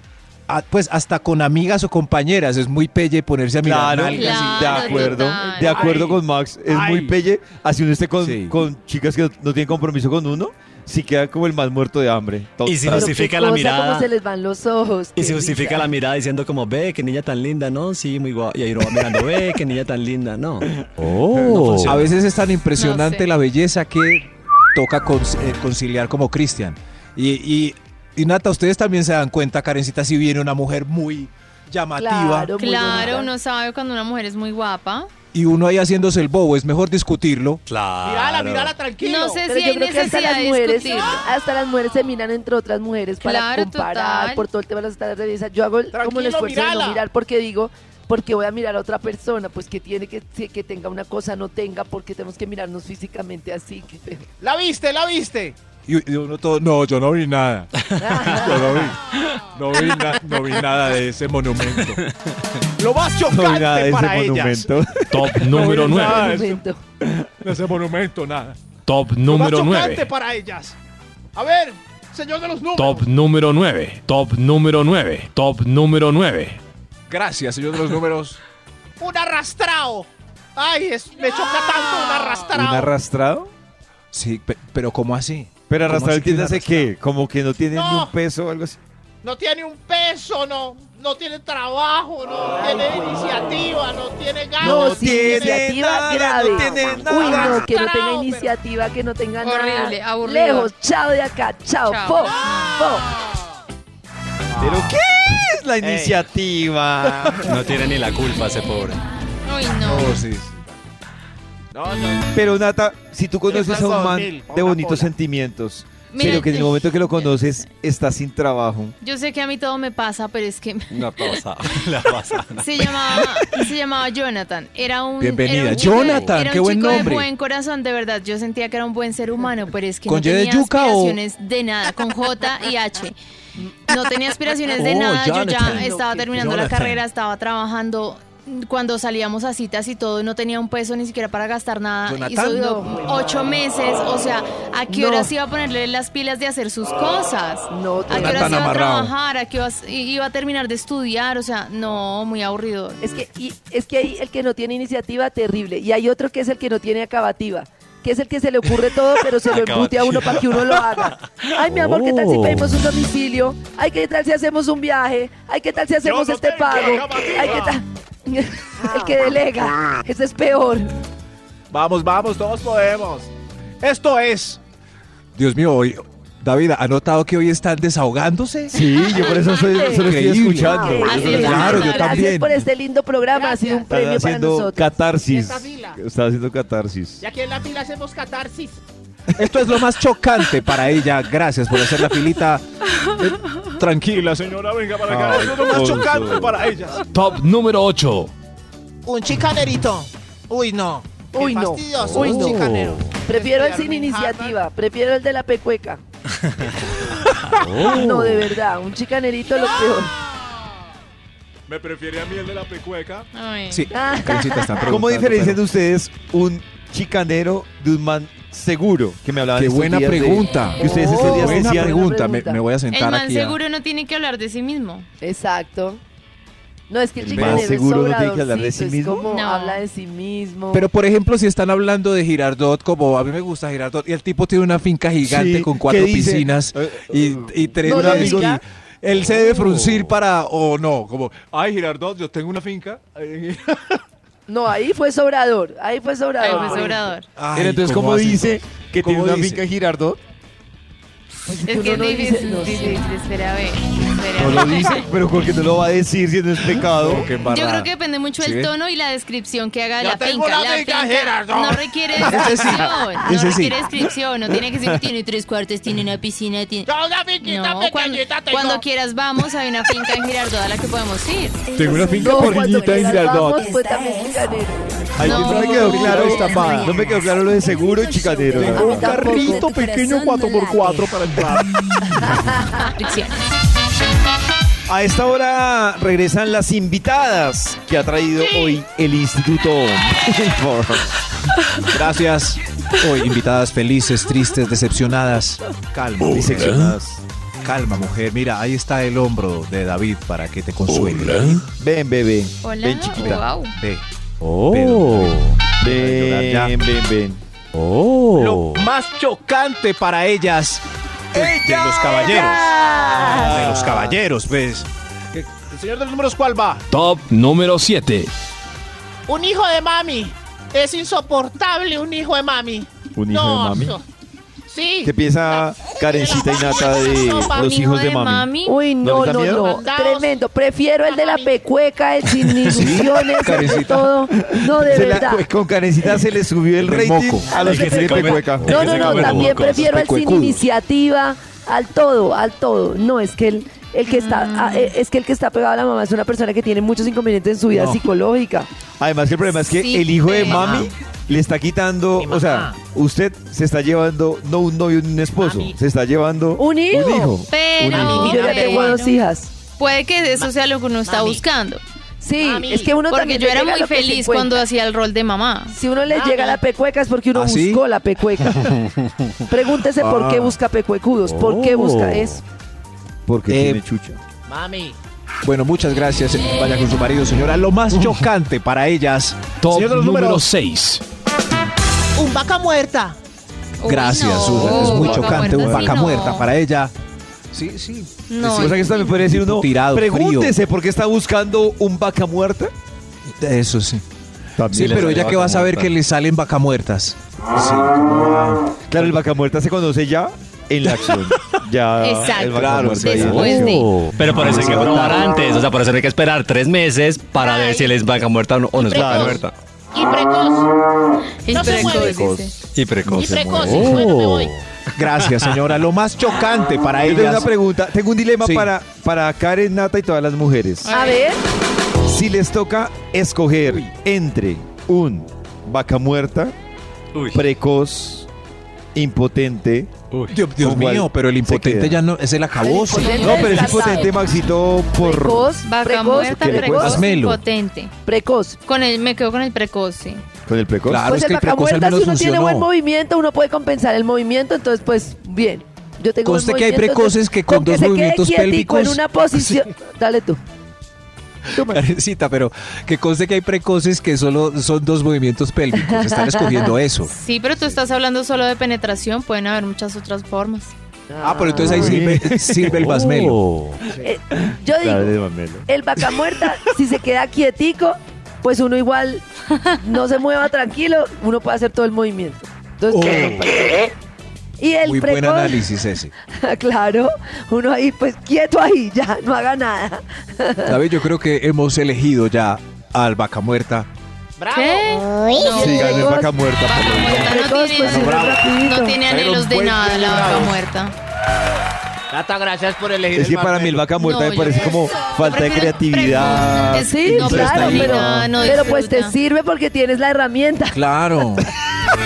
[SPEAKER 5] a- pues hasta con amigas o compañeras, es muy pelle ponerse a mirar.
[SPEAKER 3] Claro,
[SPEAKER 5] nalgas y-
[SPEAKER 4] Claro,
[SPEAKER 3] de acuerdo,
[SPEAKER 4] total.
[SPEAKER 3] de acuerdo
[SPEAKER 2] Ay.
[SPEAKER 3] con Max. Es
[SPEAKER 2] Ay.
[SPEAKER 3] muy pelle. Así uno esté con,
[SPEAKER 5] Sí.
[SPEAKER 3] con chicas que no, no tienen compromiso con uno, si queda como el más muerto de hambre.
[SPEAKER 7] Y si
[SPEAKER 6] Pero
[SPEAKER 3] Total.
[SPEAKER 6] qué
[SPEAKER 7] justifica la
[SPEAKER 6] cosa,
[SPEAKER 7] mirada.
[SPEAKER 6] cómo se les van los ojos.
[SPEAKER 7] Y
[SPEAKER 6] qué
[SPEAKER 7] se justifica
[SPEAKER 6] risa.
[SPEAKER 7] la mirada diciendo como, ve, qué niña tan linda, ¿no? Sí, muy guapa. Y ahí uno va mirando, ve, qué niña tan linda, ¿no?
[SPEAKER 2] Oh.
[SPEAKER 5] Oh. A veces es tan impresionante
[SPEAKER 4] No sé.
[SPEAKER 5] la belleza que toca con- eh, conciliar como Cristian. Y, y- y Nata, ustedes también se dan cuenta, Karencita, si viene una mujer muy llamativa
[SPEAKER 6] Claro, muy
[SPEAKER 4] Claro,
[SPEAKER 6] bonita.
[SPEAKER 4] uno sabe cuando una mujer es muy guapa.
[SPEAKER 5] y uno ahí haciéndose el bobo, es mejor discutirlo.
[SPEAKER 3] Ah,
[SPEAKER 7] Claro.
[SPEAKER 8] Mírala, mírala, tranquilo.
[SPEAKER 4] No sé
[SPEAKER 6] Pero
[SPEAKER 4] si
[SPEAKER 6] yo
[SPEAKER 4] hay
[SPEAKER 6] creo que hasta
[SPEAKER 4] necesidad
[SPEAKER 6] las
[SPEAKER 4] de
[SPEAKER 6] mujeres,
[SPEAKER 4] discutir.
[SPEAKER 6] hasta las mujeres se miran entre otras mujeres para
[SPEAKER 4] Claro,
[SPEAKER 6] comparar
[SPEAKER 4] total.
[SPEAKER 6] por todo el tema de las estándares de belleza. Yo hago el- como el
[SPEAKER 8] Tranquilo,
[SPEAKER 6] esfuerzo de
[SPEAKER 8] mírala.
[SPEAKER 6] no mirar porque digo, porque voy a mirar a otra persona, pues que tiene que que tenga una cosa, no tenga, porque tenemos que mirarnos físicamente así. qué pena.
[SPEAKER 8] La viste, la viste.
[SPEAKER 5] Y, y uno todo, no, yo no vi nada. Yo no vi, no vi, na- no vi nada de ese monumento.
[SPEAKER 2] Lo más
[SPEAKER 3] No vi nada
[SPEAKER 2] chocante
[SPEAKER 3] de
[SPEAKER 2] para
[SPEAKER 3] ese
[SPEAKER 2] ellas.
[SPEAKER 3] monumento.
[SPEAKER 9] Top número
[SPEAKER 2] No,
[SPEAKER 9] 9.
[SPEAKER 2] Ah, eso-
[SPEAKER 6] Momento.
[SPEAKER 5] De ese monumento, nada.
[SPEAKER 9] Top
[SPEAKER 2] Lo más
[SPEAKER 9] número
[SPEAKER 2] chocante
[SPEAKER 9] 9.
[SPEAKER 2] para ellas. A ver, señor de los números.
[SPEAKER 9] Top número 9. Top número 9. Top número 9.
[SPEAKER 5] Gracias, señor de los números.
[SPEAKER 8] Un arrastrado. Ay, es, me choca tanto un
[SPEAKER 3] ¿Un
[SPEAKER 8] arrastrado.
[SPEAKER 3] arrastrado?
[SPEAKER 5] Sí, pe- pero ¿cómo así?
[SPEAKER 3] Pero
[SPEAKER 5] ¿Cómo
[SPEAKER 3] arrastrado
[SPEAKER 5] así que
[SPEAKER 3] quién
[SPEAKER 5] un
[SPEAKER 3] hace qué? Como que no tiene ni
[SPEAKER 8] No.
[SPEAKER 3] un peso o algo así.
[SPEAKER 8] No tiene un peso, no. No tiene trabajo, no tiene iniciativa, no tiene ganas.
[SPEAKER 6] No,
[SPEAKER 3] No
[SPEAKER 6] sin
[SPEAKER 3] tiene
[SPEAKER 6] Pues, iniciativa
[SPEAKER 3] nada,
[SPEAKER 6] grave.
[SPEAKER 3] no tiene
[SPEAKER 6] Uy,
[SPEAKER 3] nada.
[SPEAKER 6] no, que no tenga
[SPEAKER 8] Tarao,
[SPEAKER 6] iniciativa, que no tenga
[SPEAKER 4] Horrible,
[SPEAKER 6] nada.
[SPEAKER 4] aburrido.
[SPEAKER 6] Lejos, chao de acá, chao.
[SPEAKER 4] Chao.
[SPEAKER 6] fo, fo.
[SPEAKER 5] Ah.
[SPEAKER 3] ¿Pero qué es la iniciativa?
[SPEAKER 7] No tiene ni la culpa ese pobre.
[SPEAKER 4] Ay, no.
[SPEAKER 5] Oh, sí, sí.
[SPEAKER 3] Pero Nata, si tú conoces a
[SPEAKER 2] Tres
[SPEAKER 3] un
[SPEAKER 2] dos
[SPEAKER 3] man
[SPEAKER 2] mil,
[SPEAKER 3] de
[SPEAKER 2] Coca-Cola.
[SPEAKER 3] bonitos sentimientos,
[SPEAKER 4] Mira,
[SPEAKER 3] pero que en el
[SPEAKER 4] eh,
[SPEAKER 3] momento que lo conoces está sin trabajo.
[SPEAKER 4] Yo sé que a mí todo me pasa, pero es que
[SPEAKER 7] La pasa. La pasa.
[SPEAKER 4] se llamaba, se llamaba Jonathan. Era un
[SPEAKER 5] Bienvenida.
[SPEAKER 4] era un chico-
[SPEAKER 5] Jonathan,
[SPEAKER 4] era un
[SPEAKER 5] qué buen
[SPEAKER 4] chico
[SPEAKER 5] nombre.
[SPEAKER 4] de buen corazón, de verdad. Yo sentía que era un buen ser humano, pero es que
[SPEAKER 5] ¿Con
[SPEAKER 4] no
[SPEAKER 5] Y de
[SPEAKER 4] tenía
[SPEAKER 5] yuca o-
[SPEAKER 4] aspiraciones de nada, con J y H. No tenía aspiraciones de
[SPEAKER 5] Oh,
[SPEAKER 4] nada. Yo
[SPEAKER 5] Jonathan.
[SPEAKER 4] ya estaba terminando la
[SPEAKER 5] Jonathan.
[SPEAKER 4] carrera, estaba trabajando. Cuando salíamos a citas y todo, no tenía un peso ni siquiera para gastar nada.
[SPEAKER 5] Jonathan.
[SPEAKER 4] Y eso duró ocho meses. O sea, ¿a qué
[SPEAKER 6] No.
[SPEAKER 4] horas iba a ponerle las pilas de hacer sus cosas?
[SPEAKER 6] No,
[SPEAKER 4] ¿A qué
[SPEAKER 6] Jonathan
[SPEAKER 4] horas iba a
[SPEAKER 5] amarrado.
[SPEAKER 4] trabajar? ¿A qué horas iba a terminar de estudiar? O sea, no, muy aburrido.
[SPEAKER 6] Es que, y- es que ahí el que no tiene iniciativa, terrible. Y hay otro que es el que no tiene acabativa. Que es el que se le ocurre todo, pero se lo embute a uno para que uno lo haga. Ay, mi amor, ¿qué tal
[SPEAKER 5] Oh.
[SPEAKER 6] si pedimos un domicilio? Ay, ¿qué tal si hacemos un viaje? Ay, ¿qué tal si hacemos
[SPEAKER 2] no
[SPEAKER 6] este
[SPEAKER 2] tengo
[SPEAKER 6] pago?
[SPEAKER 2] acabativa.
[SPEAKER 6] Ay, ¿qué tal? El que delega. Ese es peor.
[SPEAKER 2] Vamos, vamos, todos podemos. Esto es.
[SPEAKER 5] Dios mío, hoy, David, ¿ha notado que hoy están desahogándose?
[SPEAKER 3] Sí, yo por eso soy, solo estoy
[SPEAKER 5] Increíble.
[SPEAKER 3] escuchando.
[SPEAKER 6] Ay,
[SPEAKER 3] Yo solo
[SPEAKER 4] Así
[SPEAKER 3] estoy
[SPEAKER 4] es.
[SPEAKER 5] Claro, yo
[SPEAKER 6] gracias
[SPEAKER 5] también.
[SPEAKER 6] por este lindo programa. Ha sido un
[SPEAKER 3] Están
[SPEAKER 6] premio para
[SPEAKER 3] haciendo
[SPEAKER 6] nosotros.
[SPEAKER 3] catarsis.
[SPEAKER 8] Esta fila.
[SPEAKER 3] Están haciendo catarsis.
[SPEAKER 8] Y aquí en la fila hacemos catarsis.
[SPEAKER 5] Esto es lo más chocante para ella. Gracias por hacer la filita. Eh, Tranquila, señora, venga para acá.
[SPEAKER 3] Ay,
[SPEAKER 5] Esto es lo más
[SPEAKER 3] tonto.
[SPEAKER 5] chocante para ellas.
[SPEAKER 9] Top número 8.
[SPEAKER 8] Un chicanerito. Uy, no. Qué
[SPEAKER 6] Uy, no.
[SPEAKER 8] fastidioso,
[SPEAKER 6] Uy,
[SPEAKER 8] un
[SPEAKER 6] no.
[SPEAKER 8] chicanero.
[SPEAKER 6] Prefiero el sin
[SPEAKER 8] Estudiarme en
[SPEAKER 6] iniciativa, prefiero el de la pecueca. No,
[SPEAKER 5] Oh.
[SPEAKER 6] de verdad, un chicanerito lo peor.
[SPEAKER 2] Me prefiere a mí el de la pecueca.
[SPEAKER 4] Ay.
[SPEAKER 5] Sí,
[SPEAKER 6] Ah.
[SPEAKER 5] Karencita, están
[SPEAKER 3] ¿Cómo
[SPEAKER 5] preguntando,
[SPEAKER 3] diferencian
[SPEAKER 5] pero-
[SPEAKER 3] ustedes un chicanero de un man seguro? Que me hablaban
[SPEAKER 5] Qué
[SPEAKER 3] estos
[SPEAKER 5] buena
[SPEAKER 3] días de-
[SPEAKER 5] pregunta.
[SPEAKER 3] que ustedes estos días
[SPEAKER 6] Buena
[SPEAKER 5] Buena
[SPEAKER 3] decían,
[SPEAKER 5] pregunta. Me,
[SPEAKER 6] pregunta.
[SPEAKER 5] me voy a
[SPEAKER 4] El
[SPEAKER 5] sentar
[SPEAKER 4] man
[SPEAKER 5] aquí. a-
[SPEAKER 4] seguro no tiene que hablar de sí mismo.
[SPEAKER 6] Exacto. No, es que el
[SPEAKER 3] El
[SPEAKER 6] chicanero
[SPEAKER 3] más
[SPEAKER 6] es
[SPEAKER 3] seguro no tiene que hablar de
[SPEAKER 6] sobradorcito,
[SPEAKER 3] sí
[SPEAKER 6] es
[SPEAKER 3] mismo.
[SPEAKER 6] como
[SPEAKER 4] No.
[SPEAKER 6] habla de sí mismo.
[SPEAKER 5] Pero por ejemplo, si están hablando de Girardot, como a mí me gusta Girardot, y el tipo tiene una finca gigante
[SPEAKER 3] Sí,
[SPEAKER 5] con cuatro
[SPEAKER 3] ¿qué dice?
[SPEAKER 5] piscinas
[SPEAKER 3] Eh,
[SPEAKER 5] y, y tres
[SPEAKER 6] ¿no le
[SPEAKER 5] y-
[SPEAKER 6] diga?
[SPEAKER 5] Él se debe
[SPEAKER 3] Oh.
[SPEAKER 5] fruncir para, o no, como, ay Girardot, yo tengo una finca.
[SPEAKER 6] no, ahí fue sobrador, ahí fue
[SPEAKER 4] Ay,
[SPEAKER 6] sobrador.
[SPEAKER 4] pues, obrador.
[SPEAKER 5] Ay,
[SPEAKER 3] entonces, ¿cómo,
[SPEAKER 5] hacen?
[SPEAKER 3] dice que tiene
[SPEAKER 5] ¿Cómo
[SPEAKER 3] una
[SPEAKER 5] dice?
[SPEAKER 3] finca Girardot?
[SPEAKER 4] Es que es
[SPEAKER 6] no dice-
[SPEAKER 4] difícil,
[SPEAKER 6] no
[SPEAKER 4] es
[SPEAKER 6] sé.
[SPEAKER 4] difícil, espera, a ver. espera.
[SPEAKER 3] No lo dice, pero porque no lo va a decir si no es pecado.
[SPEAKER 5] Oh, qué
[SPEAKER 4] Yo
[SPEAKER 5] embarrada.
[SPEAKER 4] creo que depende mucho
[SPEAKER 5] ¿Sí
[SPEAKER 4] del
[SPEAKER 5] ve?
[SPEAKER 4] tono y la descripción que haga de
[SPEAKER 8] Yo
[SPEAKER 4] la
[SPEAKER 8] tengo
[SPEAKER 4] finca.
[SPEAKER 8] una
[SPEAKER 4] La
[SPEAKER 8] finca,
[SPEAKER 4] finca
[SPEAKER 8] Gerardo.
[SPEAKER 4] no requiere descripción. No
[SPEAKER 5] ese sí.
[SPEAKER 4] requiere descripción. No tiene que decir tiene tres cuartos, tiene una piscina, tiene.
[SPEAKER 8] Yo una finquita
[SPEAKER 4] No, cuando,
[SPEAKER 8] pequeñita tengo.
[SPEAKER 4] cuando quieras vamos, hay una finca en Girardot a la que podemos ir.
[SPEAKER 3] Tengo una finca
[SPEAKER 6] No, cuando
[SPEAKER 3] pequeñita en
[SPEAKER 6] quieras
[SPEAKER 3] Girardot.
[SPEAKER 6] vamos, fue también chicanero.
[SPEAKER 3] Ay,
[SPEAKER 4] No.
[SPEAKER 3] no me quedó claro,
[SPEAKER 5] Destapada.
[SPEAKER 3] no me quedó claro lo de seguro y chicanero. la
[SPEAKER 6] Tengo
[SPEAKER 3] verdad.
[SPEAKER 6] un carrito
[SPEAKER 2] pequeño 4x4 para entrar.
[SPEAKER 4] Ficción.
[SPEAKER 3] A esta hora regresan las invitadas que ha traído hoy el Instituto Milford.
[SPEAKER 5] Gracias. Hoy invitadas felices, tristes, decepcionadas. Calma, decepcionadas. Calma, mujer. Mira, ahí está el hombro de David para que te consuele.
[SPEAKER 3] Ven, bebé.
[SPEAKER 4] Hola.
[SPEAKER 3] Ven, chiquita.
[SPEAKER 4] Wow.
[SPEAKER 5] Ve.
[SPEAKER 9] Oh.
[SPEAKER 5] llorar ya.
[SPEAKER 3] Ven, ven, ven.
[SPEAKER 9] Oh.
[SPEAKER 5] Lo más chocante para ellas es de los caballeros. De los caballeros, pues.
[SPEAKER 2] El señor de los números, ¿cuál va?
[SPEAKER 9] Top número 7.
[SPEAKER 8] Un hijo de mami. Es insoportable un hijo de mami.
[SPEAKER 3] Un hijo de mami.
[SPEAKER 8] eso- Sí.
[SPEAKER 3] ¿Qué piensa Karencita y Nata de
[SPEAKER 4] No, pa'
[SPEAKER 3] los
[SPEAKER 4] mi
[SPEAKER 3] hijos de
[SPEAKER 4] hijo
[SPEAKER 3] mami?
[SPEAKER 6] Uy, no,
[SPEAKER 3] ¿No les da
[SPEAKER 6] no,
[SPEAKER 3] miedo?
[SPEAKER 6] no,
[SPEAKER 8] Mandaos.
[SPEAKER 6] tremendo. Prefiero el de la pecueca, el sin ilusiones, el de
[SPEAKER 5] Karencita.
[SPEAKER 6] todo. No, de
[SPEAKER 3] Se la-
[SPEAKER 6] verdad.
[SPEAKER 3] con Karencita se le subió el rating
[SPEAKER 5] moco.
[SPEAKER 3] a los que se pecueca.
[SPEAKER 6] No,
[SPEAKER 9] que
[SPEAKER 6] no,
[SPEAKER 9] se
[SPEAKER 6] no,
[SPEAKER 9] come
[SPEAKER 6] también
[SPEAKER 9] mocos,
[SPEAKER 6] prefiero el sin
[SPEAKER 5] pecuecudo.
[SPEAKER 6] iniciativa, al todo, al todo. No, es que el, el que está, ah, eh, es que el que está pegado a la mamá es una persona que tiene muchos inconvenientes en su vida psicológica.
[SPEAKER 3] Además que el problema es que
[SPEAKER 4] Sí,
[SPEAKER 3] el hijo de
[SPEAKER 4] pero-
[SPEAKER 3] mami le está quitando, o sea, usted se está llevando no un novio ni un esposo, se está llevando
[SPEAKER 6] Un hijo.
[SPEAKER 4] Pero,
[SPEAKER 6] Y yo ya tengo
[SPEAKER 4] pero,
[SPEAKER 6] dos hijas.
[SPEAKER 4] puede que eso sea lo que uno está buscando.
[SPEAKER 6] Sí, es que uno
[SPEAKER 4] Ah, Porque
[SPEAKER 6] también
[SPEAKER 4] yo
[SPEAKER 6] le
[SPEAKER 4] era
[SPEAKER 6] llega
[SPEAKER 4] muy
[SPEAKER 6] lo que se
[SPEAKER 4] feliz
[SPEAKER 6] encuentra.
[SPEAKER 4] cuando Ah, hacía el rol de mamá.
[SPEAKER 6] Si uno le llega a la pecueca es porque uno
[SPEAKER 5] ¿Ah, sí? Ah.
[SPEAKER 6] buscó la pecueca. Pregúntese por qué busca pecuecudos, por qué
[SPEAKER 5] Oh.
[SPEAKER 6] busca eso.
[SPEAKER 3] porque
[SPEAKER 5] Eh,
[SPEAKER 3] tiene chucha.
[SPEAKER 8] Mami.
[SPEAKER 5] Bueno, muchas gracias. Vaya con su marido, señora. Lo más chocante para ellas.
[SPEAKER 9] Top
[SPEAKER 5] Señor de los
[SPEAKER 9] número
[SPEAKER 5] números.
[SPEAKER 9] 6.
[SPEAKER 8] Un vaca muerta.
[SPEAKER 4] Uy,
[SPEAKER 5] Gracias,
[SPEAKER 4] no,
[SPEAKER 5] Susan. Es muy
[SPEAKER 4] vaca
[SPEAKER 5] chocante. Un
[SPEAKER 4] muerta, sí,
[SPEAKER 5] vaca
[SPEAKER 4] no.
[SPEAKER 5] muerta para ella. Sí, sí.
[SPEAKER 4] No,
[SPEAKER 3] o sea que eso también podría decir uno,
[SPEAKER 5] Tirado, frío.
[SPEAKER 3] pregúntese por qué está buscando un vaca muerta.
[SPEAKER 5] Eso sí. Sí,
[SPEAKER 3] También le
[SPEAKER 5] pero
[SPEAKER 3] sale
[SPEAKER 5] ella que va a
[SPEAKER 3] vaca
[SPEAKER 5] saber
[SPEAKER 3] muerta.
[SPEAKER 5] que le salen vaca muertas.
[SPEAKER 3] Claro, el vaca muerta se conoce ya en la acción. ya
[SPEAKER 4] Exacto.
[SPEAKER 3] el vaca
[SPEAKER 4] Claro,
[SPEAKER 3] muerta ahí.
[SPEAKER 4] después de-
[SPEAKER 10] Pero
[SPEAKER 3] Ah,
[SPEAKER 10] parece que probar antes, o sea, parece que hay que esperar tres meses para ver si él es vaca muerta o no, o no es vaca
[SPEAKER 8] Precoz.
[SPEAKER 10] muerta.
[SPEAKER 8] Y precoz.
[SPEAKER 4] Y
[SPEAKER 8] No se
[SPEAKER 4] precoz,
[SPEAKER 8] mueve.
[SPEAKER 4] dice.
[SPEAKER 10] Y precoz. Oh.
[SPEAKER 8] Y precoz. y Bueno, me voy.
[SPEAKER 5] Gracias, señora. Lo más chocante para
[SPEAKER 3] Yo tengo una
[SPEAKER 5] ellas.
[SPEAKER 3] pregunta, tengo un dilema
[SPEAKER 5] Sí.
[SPEAKER 3] para, para Karen, Nata y todas las mujeres.
[SPEAKER 6] A ver,
[SPEAKER 3] Si les toca escoger entre un vaca muerta,
[SPEAKER 10] Uy.
[SPEAKER 3] precoz, impotente.
[SPEAKER 5] Dios, Dios
[SPEAKER 3] ¿Con cuál
[SPEAKER 5] mío, pero el
[SPEAKER 3] se
[SPEAKER 5] impotente
[SPEAKER 3] queda?
[SPEAKER 5] ya no es el acabose.
[SPEAKER 6] El impotente
[SPEAKER 3] No, pero es
[SPEAKER 6] descartado.
[SPEAKER 3] impotente, Maxito, por.
[SPEAKER 6] precoz,
[SPEAKER 4] Vaca
[SPEAKER 6] precoz,
[SPEAKER 4] muerta,
[SPEAKER 3] ¿qué le
[SPEAKER 6] precoz,
[SPEAKER 4] precoz,
[SPEAKER 5] Hazmelo.
[SPEAKER 4] impotente.
[SPEAKER 6] precoz.
[SPEAKER 4] Con el, me quedo con el precoz, sí.
[SPEAKER 3] Con el precoz.
[SPEAKER 5] Claro,
[SPEAKER 6] Pues
[SPEAKER 5] Ah, es que
[SPEAKER 6] el
[SPEAKER 5] el precoz al
[SPEAKER 6] vacamuerta, si
[SPEAKER 5] menos
[SPEAKER 6] uno tiene buen
[SPEAKER 5] funcionó.
[SPEAKER 6] movimiento, uno puede compensar el movimiento, entonces pues bien. Yo tengo buen
[SPEAKER 5] Conste que hay
[SPEAKER 6] movimiento,
[SPEAKER 5] precoces
[SPEAKER 6] entonces,
[SPEAKER 5] que con dos
[SPEAKER 6] se quede
[SPEAKER 5] movimientos
[SPEAKER 6] quietico en
[SPEAKER 5] pélvicos-
[SPEAKER 6] una posición. Dale tú. Tú, Max.
[SPEAKER 5] Karencita, pero que conste que hay precoces que solo son dos movimientos pélvicos. Están escogiendo eso.
[SPEAKER 4] Sí, pero tú estás hablando solo de penetración, pueden haber muchas otras formas.
[SPEAKER 5] Ah, pero entonces ahí sirve, sirve
[SPEAKER 3] Oh.
[SPEAKER 5] el basmelo.
[SPEAKER 6] Eh, yo digo,
[SPEAKER 3] Dale, mamelo.
[SPEAKER 6] el vaca muerta, si se queda quietico, pues uno igual no se mueva tranquilo, uno puede hacer todo el movimiento. Entonces, Y el
[SPEAKER 5] Oh, Muy buen
[SPEAKER 6] precoz,
[SPEAKER 5] análisis ese.
[SPEAKER 6] claro, uno ahí pues quieto ahí, ya, no haga nada.
[SPEAKER 5] David, yo creo que hemos elegido ya al vaca muerta.
[SPEAKER 6] Ah,
[SPEAKER 8] Bravo.
[SPEAKER 4] ¿Qué? No.
[SPEAKER 3] Sí, ganó el vaca muerta.
[SPEAKER 4] Vaca muerta no
[SPEAKER 6] Precoz, pues,
[SPEAKER 4] tiene,
[SPEAKER 6] sí, rapidito.
[SPEAKER 4] no tiene anhelos de nada la vaca muerta.
[SPEAKER 8] Nata, gracias por elegir.
[SPEAKER 3] Es
[SPEAKER 8] el
[SPEAKER 3] que para mí el vaca muerta
[SPEAKER 4] No,
[SPEAKER 3] me
[SPEAKER 4] yo-
[SPEAKER 3] parece como falta de
[SPEAKER 4] prefiero
[SPEAKER 3] creatividad.
[SPEAKER 4] precoz. Es-
[SPEAKER 6] Sí,
[SPEAKER 4] No, pero
[SPEAKER 6] claro,
[SPEAKER 4] está
[SPEAKER 6] pero,
[SPEAKER 4] linda, no
[SPEAKER 6] pero pues te
[SPEAKER 4] disfruta.
[SPEAKER 6] sirve porque tienes la herramienta.
[SPEAKER 5] Claro.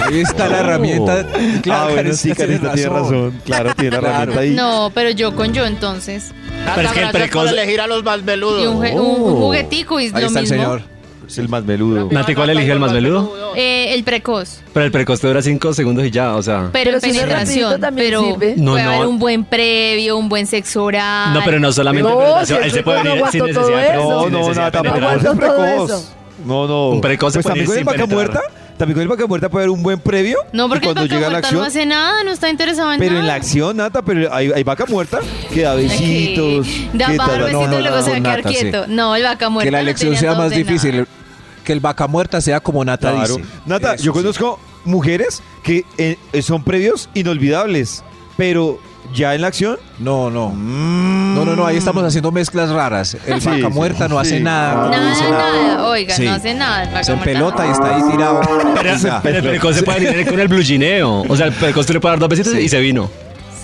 [SPEAKER 5] Ahí está la herramienta.
[SPEAKER 3] Oh. ah, bueno, sí,
[SPEAKER 5] Karencita
[SPEAKER 3] Karencita tiene razón. Claro, tiene la herramienta ahí.
[SPEAKER 4] No, pero yo con yo entonces.
[SPEAKER 8] Nata,
[SPEAKER 10] Pero es que el
[SPEAKER 8] gracias
[SPEAKER 10] precoz-
[SPEAKER 8] por elegir a los más
[SPEAKER 4] Y un,
[SPEAKER 8] veludos.
[SPEAKER 4] ju- un- un juguetico y es
[SPEAKER 5] Ahí
[SPEAKER 4] lo
[SPEAKER 5] está el
[SPEAKER 4] mismo.
[SPEAKER 5] señor.
[SPEAKER 3] Es el más meludo.
[SPEAKER 10] Nati, ¿cuál elige el más veludo?
[SPEAKER 4] Eh, el precoz.
[SPEAKER 10] Pero el precoz te dura cinco segundos y ya, o sea.
[SPEAKER 4] Pero, en
[SPEAKER 6] Pero si no es
[SPEAKER 4] penetración.
[SPEAKER 6] rapidito, también
[SPEAKER 4] pero
[SPEAKER 6] sirve.
[SPEAKER 10] No,
[SPEAKER 4] puede
[SPEAKER 10] no.
[SPEAKER 4] haber un buen previo, un buen sexo oral.
[SPEAKER 10] No, pero no solamente
[SPEAKER 6] No,
[SPEAKER 10] penetración,
[SPEAKER 6] si
[SPEAKER 10] él
[SPEAKER 6] el
[SPEAKER 10] se puede
[SPEAKER 6] precoz no
[SPEAKER 10] venir sin
[SPEAKER 6] aguantó todo
[SPEAKER 10] necesidad de
[SPEAKER 6] eso.
[SPEAKER 3] No,
[SPEAKER 10] sin
[SPEAKER 3] no,
[SPEAKER 10] necesidad
[SPEAKER 3] nada,
[SPEAKER 10] de
[SPEAKER 3] tampoco
[SPEAKER 10] penetrar.
[SPEAKER 3] es
[SPEAKER 6] aguanto todo
[SPEAKER 3] precoz.
[SPEAKER 6] eso.
[SPEAKER 3] No, no.
[SPEAKER 10] Un precoz se
[SPEAKER 3] Pues
[SPEAKER 10] puede
[SPEAKER 3] también
[SPEAKER 10] ir
[SPEAKER 3] con el
[SPEAKER 10] sin
[SPEAKER 3] vaca
[SPEAKER 10] penetrar.
[SPEAKER 3] muerta, también con el vaca muerta puede haber un buen previo.
[SPEAKER 4] No,
[SPEAKER 3] y
[SPEAKER 4] porque el
[SPEAKER 3] cuando
[SPEAKER 4] vaca
[SPEAKER 3] llega la
[SPEAKER 4] muerta no
[SPEAKER 3] acción.
[SPEAKER 4] hace nada, no está interesado en
[SPEAKER 3] Pero en la
[SPEAKER 4] nada.
[SPEAKER 3] acción, Nata, pero hay, hay vaca muerta que da besitos.
[SPEAKER 4] Da
[SPEAKER 3] que
[SPEAKER 4] para dar
[SPEAKER 3] tal-
[SPEAKER 4] besitos
[SPEAKER 5] no,
[SPEAKER 4] y luego
[SPEAKER 5] no,
[SPEAKER 4] se va a
[SPEAKER 5] con
[SPEAKER 4] quedar
[SPEAKER 5] nata, sí.
[SPEAKER 4] quieto. No, el vaca muerta.
[SPEAKER 5] Que la
[SPEAKER 4] no
[SPEAKER 5] elección
[SPEAKER 4] tiene
[SPEAKER 5] sea
[SPEAKER 4] antojos
[SPEAKER 5] más
[SPEAKER 4] de nada.
[SPEAKER 5] difícil. Que el vaca muerta sea como Nata
[SPEAKER 3] Claro.
[SPEAKER 5] dice.
[SPEAKER 3] Nata,
[SPEAKER 5] Eso
[SPEAKER 3] yo
[SPEAKER 5] sí.
[SPEAKER 3] conozco mujeres que eh, son previos inolvidables, pero ya en la acción.
[SPEAKER 5] No, no. No, no, no. Ahí estamos haciendo mezclas raras. El
[SPEAKER 3] Sí,
[SPEAKER 5] vaca
[SPEAKER 3] sí,
[SPEAKER 5] muerta no
[SPEAKER 3] sí.
[SPEAKER 5] hace nada. no
[SPEAKER 4] Nada,
[SPEAKER 5] dice
[SPEAKER 4] nada. Oiga,
[SPEAKER 5] Sí.
[SPEAKER 4] no hace nada. El vaca
[SPEAKER 5] Se
[SPEAKER 4] muerta.
[SPEAKER 5] pelota y está ahí tirado.
[SPEAKER 10] Pero,
[SPEAKER 5] Ya.
[SPEAKER 10] pero el precoz se puede venir con el blue gineo. O sea, el precoz te le puede dar dos besitos y se vino.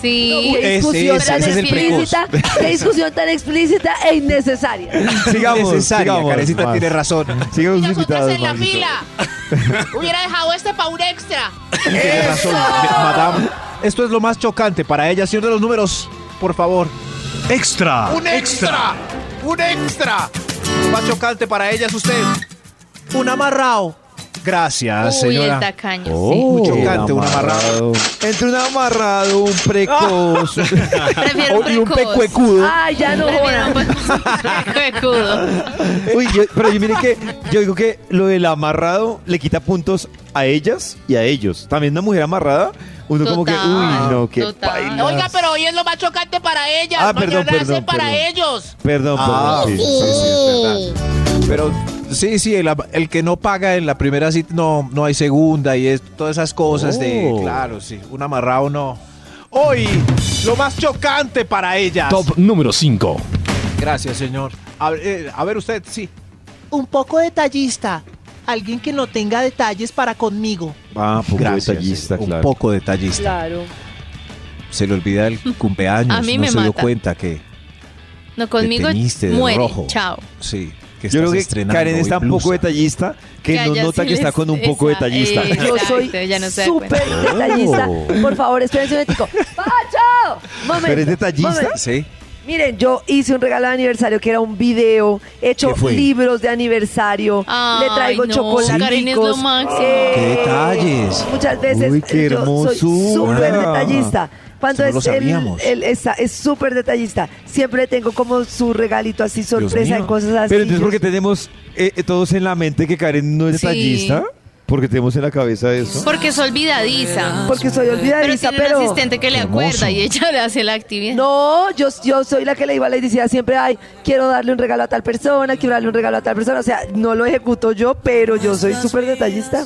[SPEAKER 4] Sí.
[SPEAKER 6] Qué
[SPEAKER 5] ese
[SPEAKER 6] discusión
[SPEAKER 5] es,
[SPEAKER 6] tan
[SPEAKER 5] ese es el precoz.
[SPEAKER 6] explícita, qué discusión tan explícita e innecesaria.
[SPEAKER 3] Sigamos,
[SPEAKER 5] Necesaria,
[SPEAKER 3] sigamos.
[SPEAKER 5] Karencita
[SPEAKER 3] Más.
[SPEAKER 5] tiene razón.
[SPEAKER 3] Sigamos
[SPEAKER 8] Las otras
[SPEAKER 3] invitados,
[SPEAKER 8] en la
[SPEAKER 3] Maxito.
[SPEAKER 8] fila. Hubiera dejado este para un extra.
[SPEAKER 5] Tiene razón, madame. Esto es lo más chocante para ella. Señor de los números, por favor.
[SPEAKER 9] Extra.
[SPEAKER 8] Un extra.
[SPEAKER 5] Un extra. Lo más chocante para ella es usted. Un amarrao. Gracias,
[SPEAKER 4] Uy, el
[SPEAKER 5] señora.
[SPEAKER 4] tacaño.
[SPEAKER 5] Un
[SPEAKER 3] Oh,
[SPEAKER 5] chocante, un amarrado.
[SPEAKER 3] Entre un amarrado, un precoz.
[SPEAKER 4] Sí. Prefiero un
[SPEAKER 5] y un
[SPEAKER 4] precoz.
[SPEAKER 5] pecuecudo.
[SPEAKER 6] Ay, Ah, ya no
[SPEAKER 4] Prefiero un
[SPEAKER 6] jodan.
[SPEAKER 4] pecuecudo.
[SPEAKER 3] Uy, yo- pero yo mire que yo digo que lo del amarrado le quita puntos a ellas y a ellos. También una mujer amarrada, uno como que,
[SPEAKER 4] Total,
[SPEAKER 3] uy, no, qué
[SPEAKER 4] total.
[SPEAKER 3] paila.
[SPEAKER 8] Oiga, pero hoy es lo más chocante para ellas.
[SPEAKER 3] Ah,
[SPEAKER 8] Mañana
[SPEAKER 3] perdón,
[SPEAKER 8] es
[SPEAKER 3] perdón,
[SPEAKER 8] para
[SPEAKER 5] Ah,
[SPEAKER 3] perdón.
[SPEAKER 8] ellos.
[SPEAKER 3] Perdón, perdón. sí, sí, sí.
[SPEAKER 5] Pero Sí, sí, el, el que no paga en la primera cita, no, no hay segunda y es todas esas cosas de,
[SPEAKER 10] Oh.
[SPEAKER 5] claro, sí, un amarrado no. Hoy, lo más chocante para ellas.
[SPEAKER 9] Top número 5.
[SPEAKER 5] Gracias, señor. A, eh, a ver usted, sí.
[SPEAKER 8] Un poco detallista. Alguien que no tenga detalles para conmigo.
[SPEAKER 3] Ah, poco
[SPEAKER 5] Gracias,
[SPEAKER 3] detallista,
[SPEAKER 5] sí, un
[SPEAKER 3] claro.
[SPEAKER 5] poco detallista.
[SPEAKER 6] Claro.
[SPEAKER 5] Se le olvida el cumpleaños,
[SPEAKER 4] A mí
[SPEAKER 5] no
[SPEAKER 4] me
[SPEAKER 5] se dio
[SPEAKER 4] mata.
[SPEAKER 5] cuenta que
[SPEAKER 4] No, conmigo
[SPEAKER 5] te teñiste de
[SPEAKER 4] muere.
[SPEAKER 5] rojo.
[SPEAKER 4] Chao.
[SPEAKER 5] sí, que
[SPEAKER 3] Yo creo
[SPEAKER 5] estás
[SPEAKER 3] que
[SPEAKER 5] estrenando
[SPEAKER 3] Karen
[SPEAKER 5] hoy
[SPEAKER 3] está un
[SPEAKER 5] blusa.
[SPEAKER 3] poco detallista, que
[SPEAKER 4] a
[SPEAKER 3] no
[SPEAKER 4] ella
[SPEAKER 3] nota
[SPEAKER 4] sí
[SPEAKER 3] que está
[SPEAKER 4] les-
[SPEAKER 3] con un poco
[SPEAKER 4] esa-
[SPEAKER 3] detallista.
[SPEAKER 4] eh,
[SPEAKER 6] Yo soy
[SPEAKER 4] Exacto, ella no se da
[SPEAKER 6] súper detallista. Por favor, espérense un momentico. ¡Pacho! Momento,
[SPEAKER 3] ¿Pero es detallista?
[SPEAKER 6] momento.
[SPEAKER 5] Sí.
[SPEAKER 6] Miren, yo hice un regalo de aniversario que era un video, he hecho
[SPEAKER 5] ¿Qué fue?
[SPEAKER 6] libros de aniversario,
[SPEAKER 4] Ay,
[SPEAKER 6] le traigo
[SPEAKER 4] no,
[SPEAKER 6] chocolates.
[SPEAKER 4] Karen es lo máximo.
[SPEAKER 5] ¡Qué detalles!
[SPEAKER 6] Muchas veces
[SPEAKER 3] Uy, qué
[SPEAKER 6] yo soy
[SPEAKER 3] hermosura.
[SPEAKER 6] súper detallista. Cuando
[SPEAKER 5] Eso no
[SPEAKER 6] es
[SPEAKER 5] lo sabíamos.
[SPEAKER 6] él, él está- es súper detallista. Siempre tengo como su regalito así, sorpresa y
[SPEAKER 5] mío.
[SPEAKER 6] cosas así.
[SPEAKER 3] Pero entonces porque
[SPEAKER 6] Yo-
[SPEAKER 3] tenemos eh, eh, todos en la mente que Karen no es
[SPEAKER 4] Sí.
[SPEAKER 3] detallista, porque tenemos en la cabeza eso.
[SPEAKER 4] Porque es olvidadiza.
[SPEAKER 6] porque soy
[SPEAKER 4] Pero
[SPEAKER 6] olvidadiza,
[SPEAKER 4] tiene
[SPEAKER 6] Pues, pero...
[SPEAKER 4] un asistente que le
[SPEAKER 5] Hermoso.
[SPEAKER 4] acuerda y ella le hace la actividad.
[SPEAKER 6] No, yo, yo soy la que le iba a la decía siempre, ay, quiero darle un regalo a tal persona, quiero darle un regalo a tal persona. O sea, no lo ejecuto yo, pero yo soy súper detallista.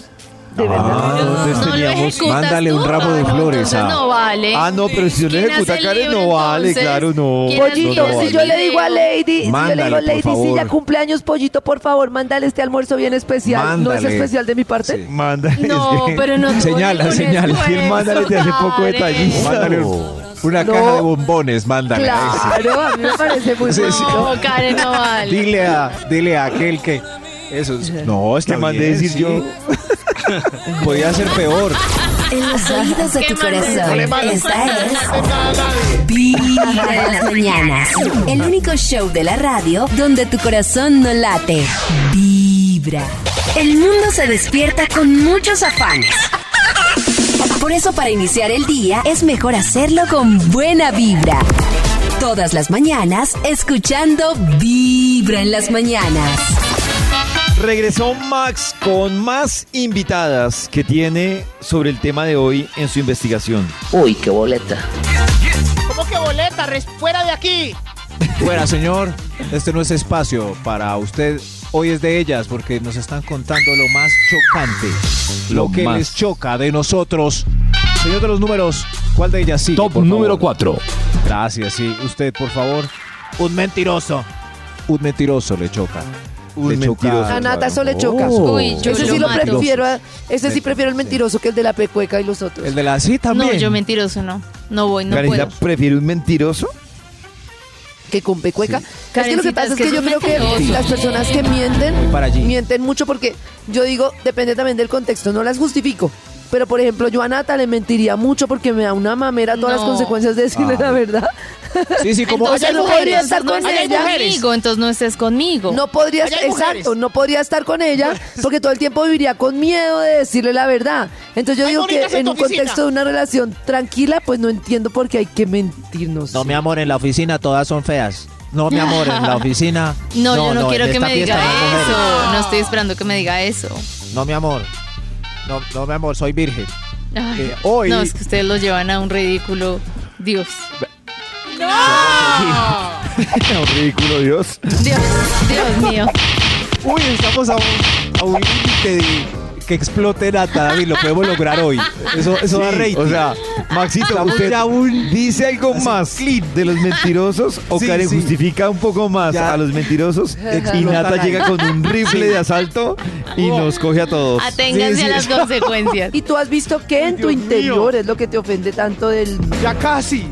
[SPEAKER 5] Ah,
[SPEAKER 6] De verdad.
[SPEAKER 3] entonces
[SPEAKER 4] no lo
[SPEAKER 3] teníamos-
[SPEAKER 4] ejecutas
[SPEAKER 5] mándale
[SPEAKER 4] tú.
[SPEAKER 5] un ramo de
[SPEAKER 4] Ah, no,
[SPEAKER 5] flores
[SPEAKER 4] entonces
[SPEAKER 5] a-
[SPEAKER 4] No vale.
[SPEAKER 3] Ah, no, pero si no le
[SPEAKER 4] ¿Quién hace
[SPEAKER 3] ejecuta
[SPEAKER 4] el
[SPEAKER 3] Karen,
[SPEAKER 4] libro,
[SPEAKER 3] no vale,
[SPEAKER 4] entonces?
[SPEAKER 3] claro, no.
[SPEAKER 4] ¿Quién hace el
[SPEAKER 3] no,
[SPEAKER 6] Pollito,
[SPEAKER 4] libro?
[SPEAKER 6] si
[SPEAKER 4] el
[SPEAKER 6] yo le
[SPEAKER 4] video?
[SPEAKER 6] digo a Lady, si yo le digo,
[SPEAKER 5] Mándale, por
[SPEAKER 6] Lady, si ya
[SPEAKER 5] favor.
[SPEAKER 6] cumpleaños, pollito, por favor, mándale este almuerzo bien especial. ¿No es
[SPEAKER 5] Mándale.
[SPEAKER 6] especial de mi parte?
[SPEAKER 5] Sí.
[SPEAKER 3] Manda.
[SPEAKER 4] No,
[SPEAKER 3] es que-
[SPEAKER 4] pero no. tuvo
[SPEAKER 5] Señala,
[SPEAKER 4] ningún
[SPEAKER 5] señala.
[SPEAKER 4] esfuerzo,
[SPEAKER 3] ¿Quién manda le te hace poco
[SPEAKER 4] Karen.
[SPEAKER 3] detallista?
[SPEAKER 5] Mándale una
[SPEAKER 6] No.
[SPEAKER 5] caja de bombones, mándale.
[SPEAKER 6] Claro, a mí me parece muy
[SPEAKER 5] Sí, sí.
[SPEAKER 6] bonito.
[SPEAKER 4] No, Karen, no vale.
[SPEAKER 5] Dile a, dile a aquel que. Eso es- No, es
[SPEAKER 3] Te
[SPEAKER 5] que
[SPEAKER 3] mandé decir yo.
[SPEAKER 5] Podía ser peor.
[SPEAKER 1] En los oídos de
[SPEAKER 4] Qué
[SPEAKER 1] tu
[SPEAKER 4] maldad.
[SPEAKER 8] No
[SPEAKER 1] corazón.
[SPEAKER 8] le mandes
[SPEAKER 1] Esta es
[SPEAKER 8] nada a nadie.
[SPEAKER 1] Vibra en las mañanas. El único show de la radio donde tu corazón no late. Vibra. El mundo se despierta con muchos afanes. Por eso para iniciar el día es mejor hacerlo con buena vibra. Todas las mañanas escuchando Vibra en las mañanas.
[SPEAKER 3] Regresó Max con más invitadas que tiene sobre el tema de hoy en su investigación.
[SPEAKER 11] Uy, qué boleta.
[SPEAKER 8] ¿Cómo que boleta? Res- fuera de aquí.
[SPEAKER 5] Fuera, señor. Este no es espacio para usted. Hoy es de ellas porque nos están contando lo más chocante. Lo,
[SPEAKER 3] Lo
[SPEAKER 5] que
[SPEAKER 3] más.
[SPEAKER 5] les choca de nosotros. Señor de los números, ¿cuál de ellas sí?
[SPEAKER 9] Top número 4.
[SPEAKER 5] Gracias, sí. Usted, por favor. Un mentiroso. Un mentiroso le choca.
[SPEAKER 3] Un
[SPEAKER 5] Le choca-
[SPEAKER 3] mentiroso.
[SPEAKER 6] A Nata eso le
[SPEAKER 3] Oh.
[SPEAKER 6] choca.
[SPEAKER 4] Uy, yo
[SPEAKER 6] Ese
[SPEAKER 4] lo
[SPEAKER 6] sí lo
[SPEAKER 4] mato.
[SPEAKER 6] prefiero, a- ese sí prefiero el
[SPEAKER 5] Sí.
[SPEAKER 6] mentiroso que el de la pecueca y los otros.
[SPEAKER 5] El de la sí también.
[SPEAKER 4] No, yo mentiroso no. No voy, no
[SPEAKER 3] Karencita,
[SPEAKER 4] puedo.
[SPEAKER 3] ¿prefiere un mentiroso?
[SPEAKER 6] que con pecueca. Es que lo que
[SPEAKER 4] Karencita,
[SPEAKER 6] pasa
[SPEAKER 4] es
[SPEAKER 6] es que,
[SPEAKER 4] que
[SPEAKER 6] yo
[SPEAKER 4] eso
[SPEAKER 6] creo
[SPEAKER 4] es
[SPEAKER 6] que
[SPEAKER 4] mentiroso.
[SPEAKER 6] las personas que mienten,
[SPEAKER 5] Para allí.
[SPEAKER 6] mienten mucho porque yo digo, depende también del contexto, no las justifico. Pero, por ejemplo, yo a Nata le mentiría mucho porque me da una mamera todas las
[SPEAKER 4] No.
[SPEAKER 6] consecuencias de decirle
[SPEAKER 5] Ah.
[SPEAKER 6] la verdad.
[SPEAKER 5] Sí, sí, como.
[SPEAKER 4] Entonces,
[SPEAKER 6] Oye, no
[SPEAKER 4] mujeres,
[SPEAKER 6] podría estar
[SPEAKER 4] no
[SPEAKER 6] con
[SPEAKER 4] estés
[SPEAKER 6] ella.
[SPEAKER 4] conmigo, entonces no estés conmigo.
[SPEAKER 6] No podría,
[SPEAKER 8] Allá hay mujeres.
[SPEAKER 6] exacto, no podría estar con ella porque todo el tiempo viviría con miedo de decirle la verdad. Entonces yo
[SPEAKER 8] Hay
[SPEAKER 6] digo que
[SPEAKER 8] bonitas en
[SPEAKER 6] en
[SPEAKER 8] tu
[SPEAKER 6] un
[SPEAKER 8] oficina.
[SPEAKER 6] contexto de una relación tranquila, pues no entiendo por qué hay que mentirnos.
[SPEAKER 5] No, mi amor, en la oficina todas son feas. No, mi amor, en la oficina.
[SPEAKER 4] No, yo no,
[SPEAKER 5] en
[SPEAKER 4] quiero que
[SPEAKER 5] esta
[SPEAKER 4] me
[SPEAKER 5] fiesta
[SPEAKER 4] diga
[SPEAKER 5] no hay mujeres.
[SPEAKER 4] eso. No estoy esperando que me diga eso.
[SPEAKER 5] No, mi amor. No, no, mi amor, soy virgen.
[SPEAKER 4] Ay,
[SPEAKER 5] Eh, hoy-
[SPEAKER 4] No, es que ustedes los llevan a un ridículo. Dios.
[SPEAKER 3] Un ridículo, Dios.
[SPEAKER 4] Dios, Dios mío.
[SPEAKER 5] Uy, estamos a un, a un límite de que explote Nata, David. Lo podemos lograr hoy. Eso, eso da
[SPEAKER 3] Sí,
[SPEAKER 5] rating.
[SPEAKER 3] O sea, Maxito,
[SPEAKER 5] Estamos
[SPEAKER 3] usted
[SPEAKER 5] ya un-
[SPEAKER 3] dice algo
[SPEAKER 5] así,
[SPEAKER 3] más
[SPEAKER 5] clip.
[SPEAKER 3] de los mentirosos o
[SPEAKER 5] Sí,
[SPEAKER 3] Karen
[SPEAKER 5] sí.
[SPEAKER 3] justifica un poco más
[SPEAKER 5] Ya.
[SPEAKER 3] a los mentirosos y
[SPEAKER 5] Explotan
[SPEAKER 3] Nata
[SPEAKER 5] ahí.
[SPEAKER 3] llega con un rifle de asalto y
[SPEAKER 5] Oh.
[SPEAKER 3] nos coge a todos.
[SPEAKER 4] Aténganse
[SPEAKER 3] Sí, sí.
[SPEAKER 4] a las consecuencias.
[SPEAKER 6] Y tú has visto que en tu
[SPEAKER 5] Dios mío.
[SPEAKER 6] interior es lo que te ofende tanto del
[SPEAKER 5] Ya casi.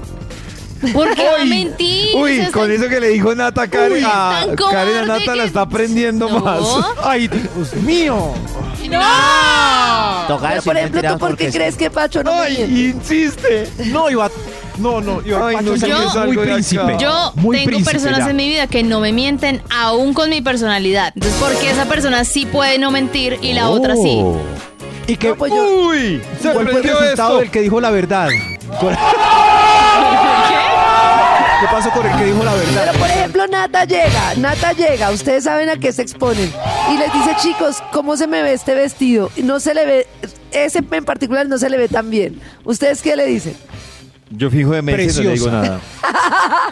[SPEAKER 4] ¿Por qué va a mentir?
[SPEAKER 3] Uy,
[SPEAKER 4] Eso es
[SPEAKER 3] con
[SPEAKER 4] tan-
[SPEAKER 3] eso que le dijo Nata a Karen,
[SPEAKER 4] Uy,
[SPEAKER 3] a,
[SPEAKER 4] tan
[SPEAKER 3] Karen a
[SPEAKER 4] cobarde
[SPEAKER 3] Nata la
[SPEAKER 4] que-
[SPEAKER 3] está prendiendo
[SPEAKER 4] No.
[SPEAKER 3] más.
[SPEAKER 5] Ay, Dios mío.
[SPEAKER 4] ¡No!
[SPEAKER 6] Pero, por ejemplo, ¿tú por qué crees que Pacho no me miente?
[SPEAKER 3] Ay, insiste.
[SPEAKER 5] No, iba. No, no, iba.
[SPEAKER 3] Ay,
[SPEAKER 5] Pacho,
[SPEAKER 3] no
[SPEAKER 5] es
[SPEAKER 3] sé
[SPEAKER 4] yo-
[SPEAKER 3] qué salgo
[SPEAKER 5] muy
[SPEAKER 3] de acá.
[SPEAKER 5] príncipe.
[SPEAKER 4] Yo
[SPEAKER 5] Muy
[SPEAKER 4] tengo
[SPEAKER 5] príncipe
[SPEAKER 4] personas
[SPEAKER 5] ya.
[SPEAKER 4] en mi vida que no me mienten aún con mi personalidad. Entonces, ¿por qué esa persona sí puede no mentir y la otra sí?
[SPEAKER 5] ¿Y que
[SPEAKER 6] No, pues yo-
[SPEAKER 3] Uy, se
[SPEAKER 5] ¿Cuál fue el
[SPEAKER 3] prendió
[SPEAKER 5] resultado
[SPEAKER 3] esto.
[SPEAKER 5] del que dijo la verdad? ¿Cuál- ¿Qué pasó con el que dijo la verdad?
[SPEAKER 6] Pero por ejemplo, Nata llega, Nata llega, ustedes saben a qué se exponen. Y les dice, chicos, ¿cómo se me ve este vestido? Y no se le ve, ese en particular no se le ve tan bien. ¿Ustedes qué le dicen?
[SPEAKER 3] Yo fijo de meses y no le digo
[SPEAKER 5] Preciosa.
[SPEAKER 3] nada.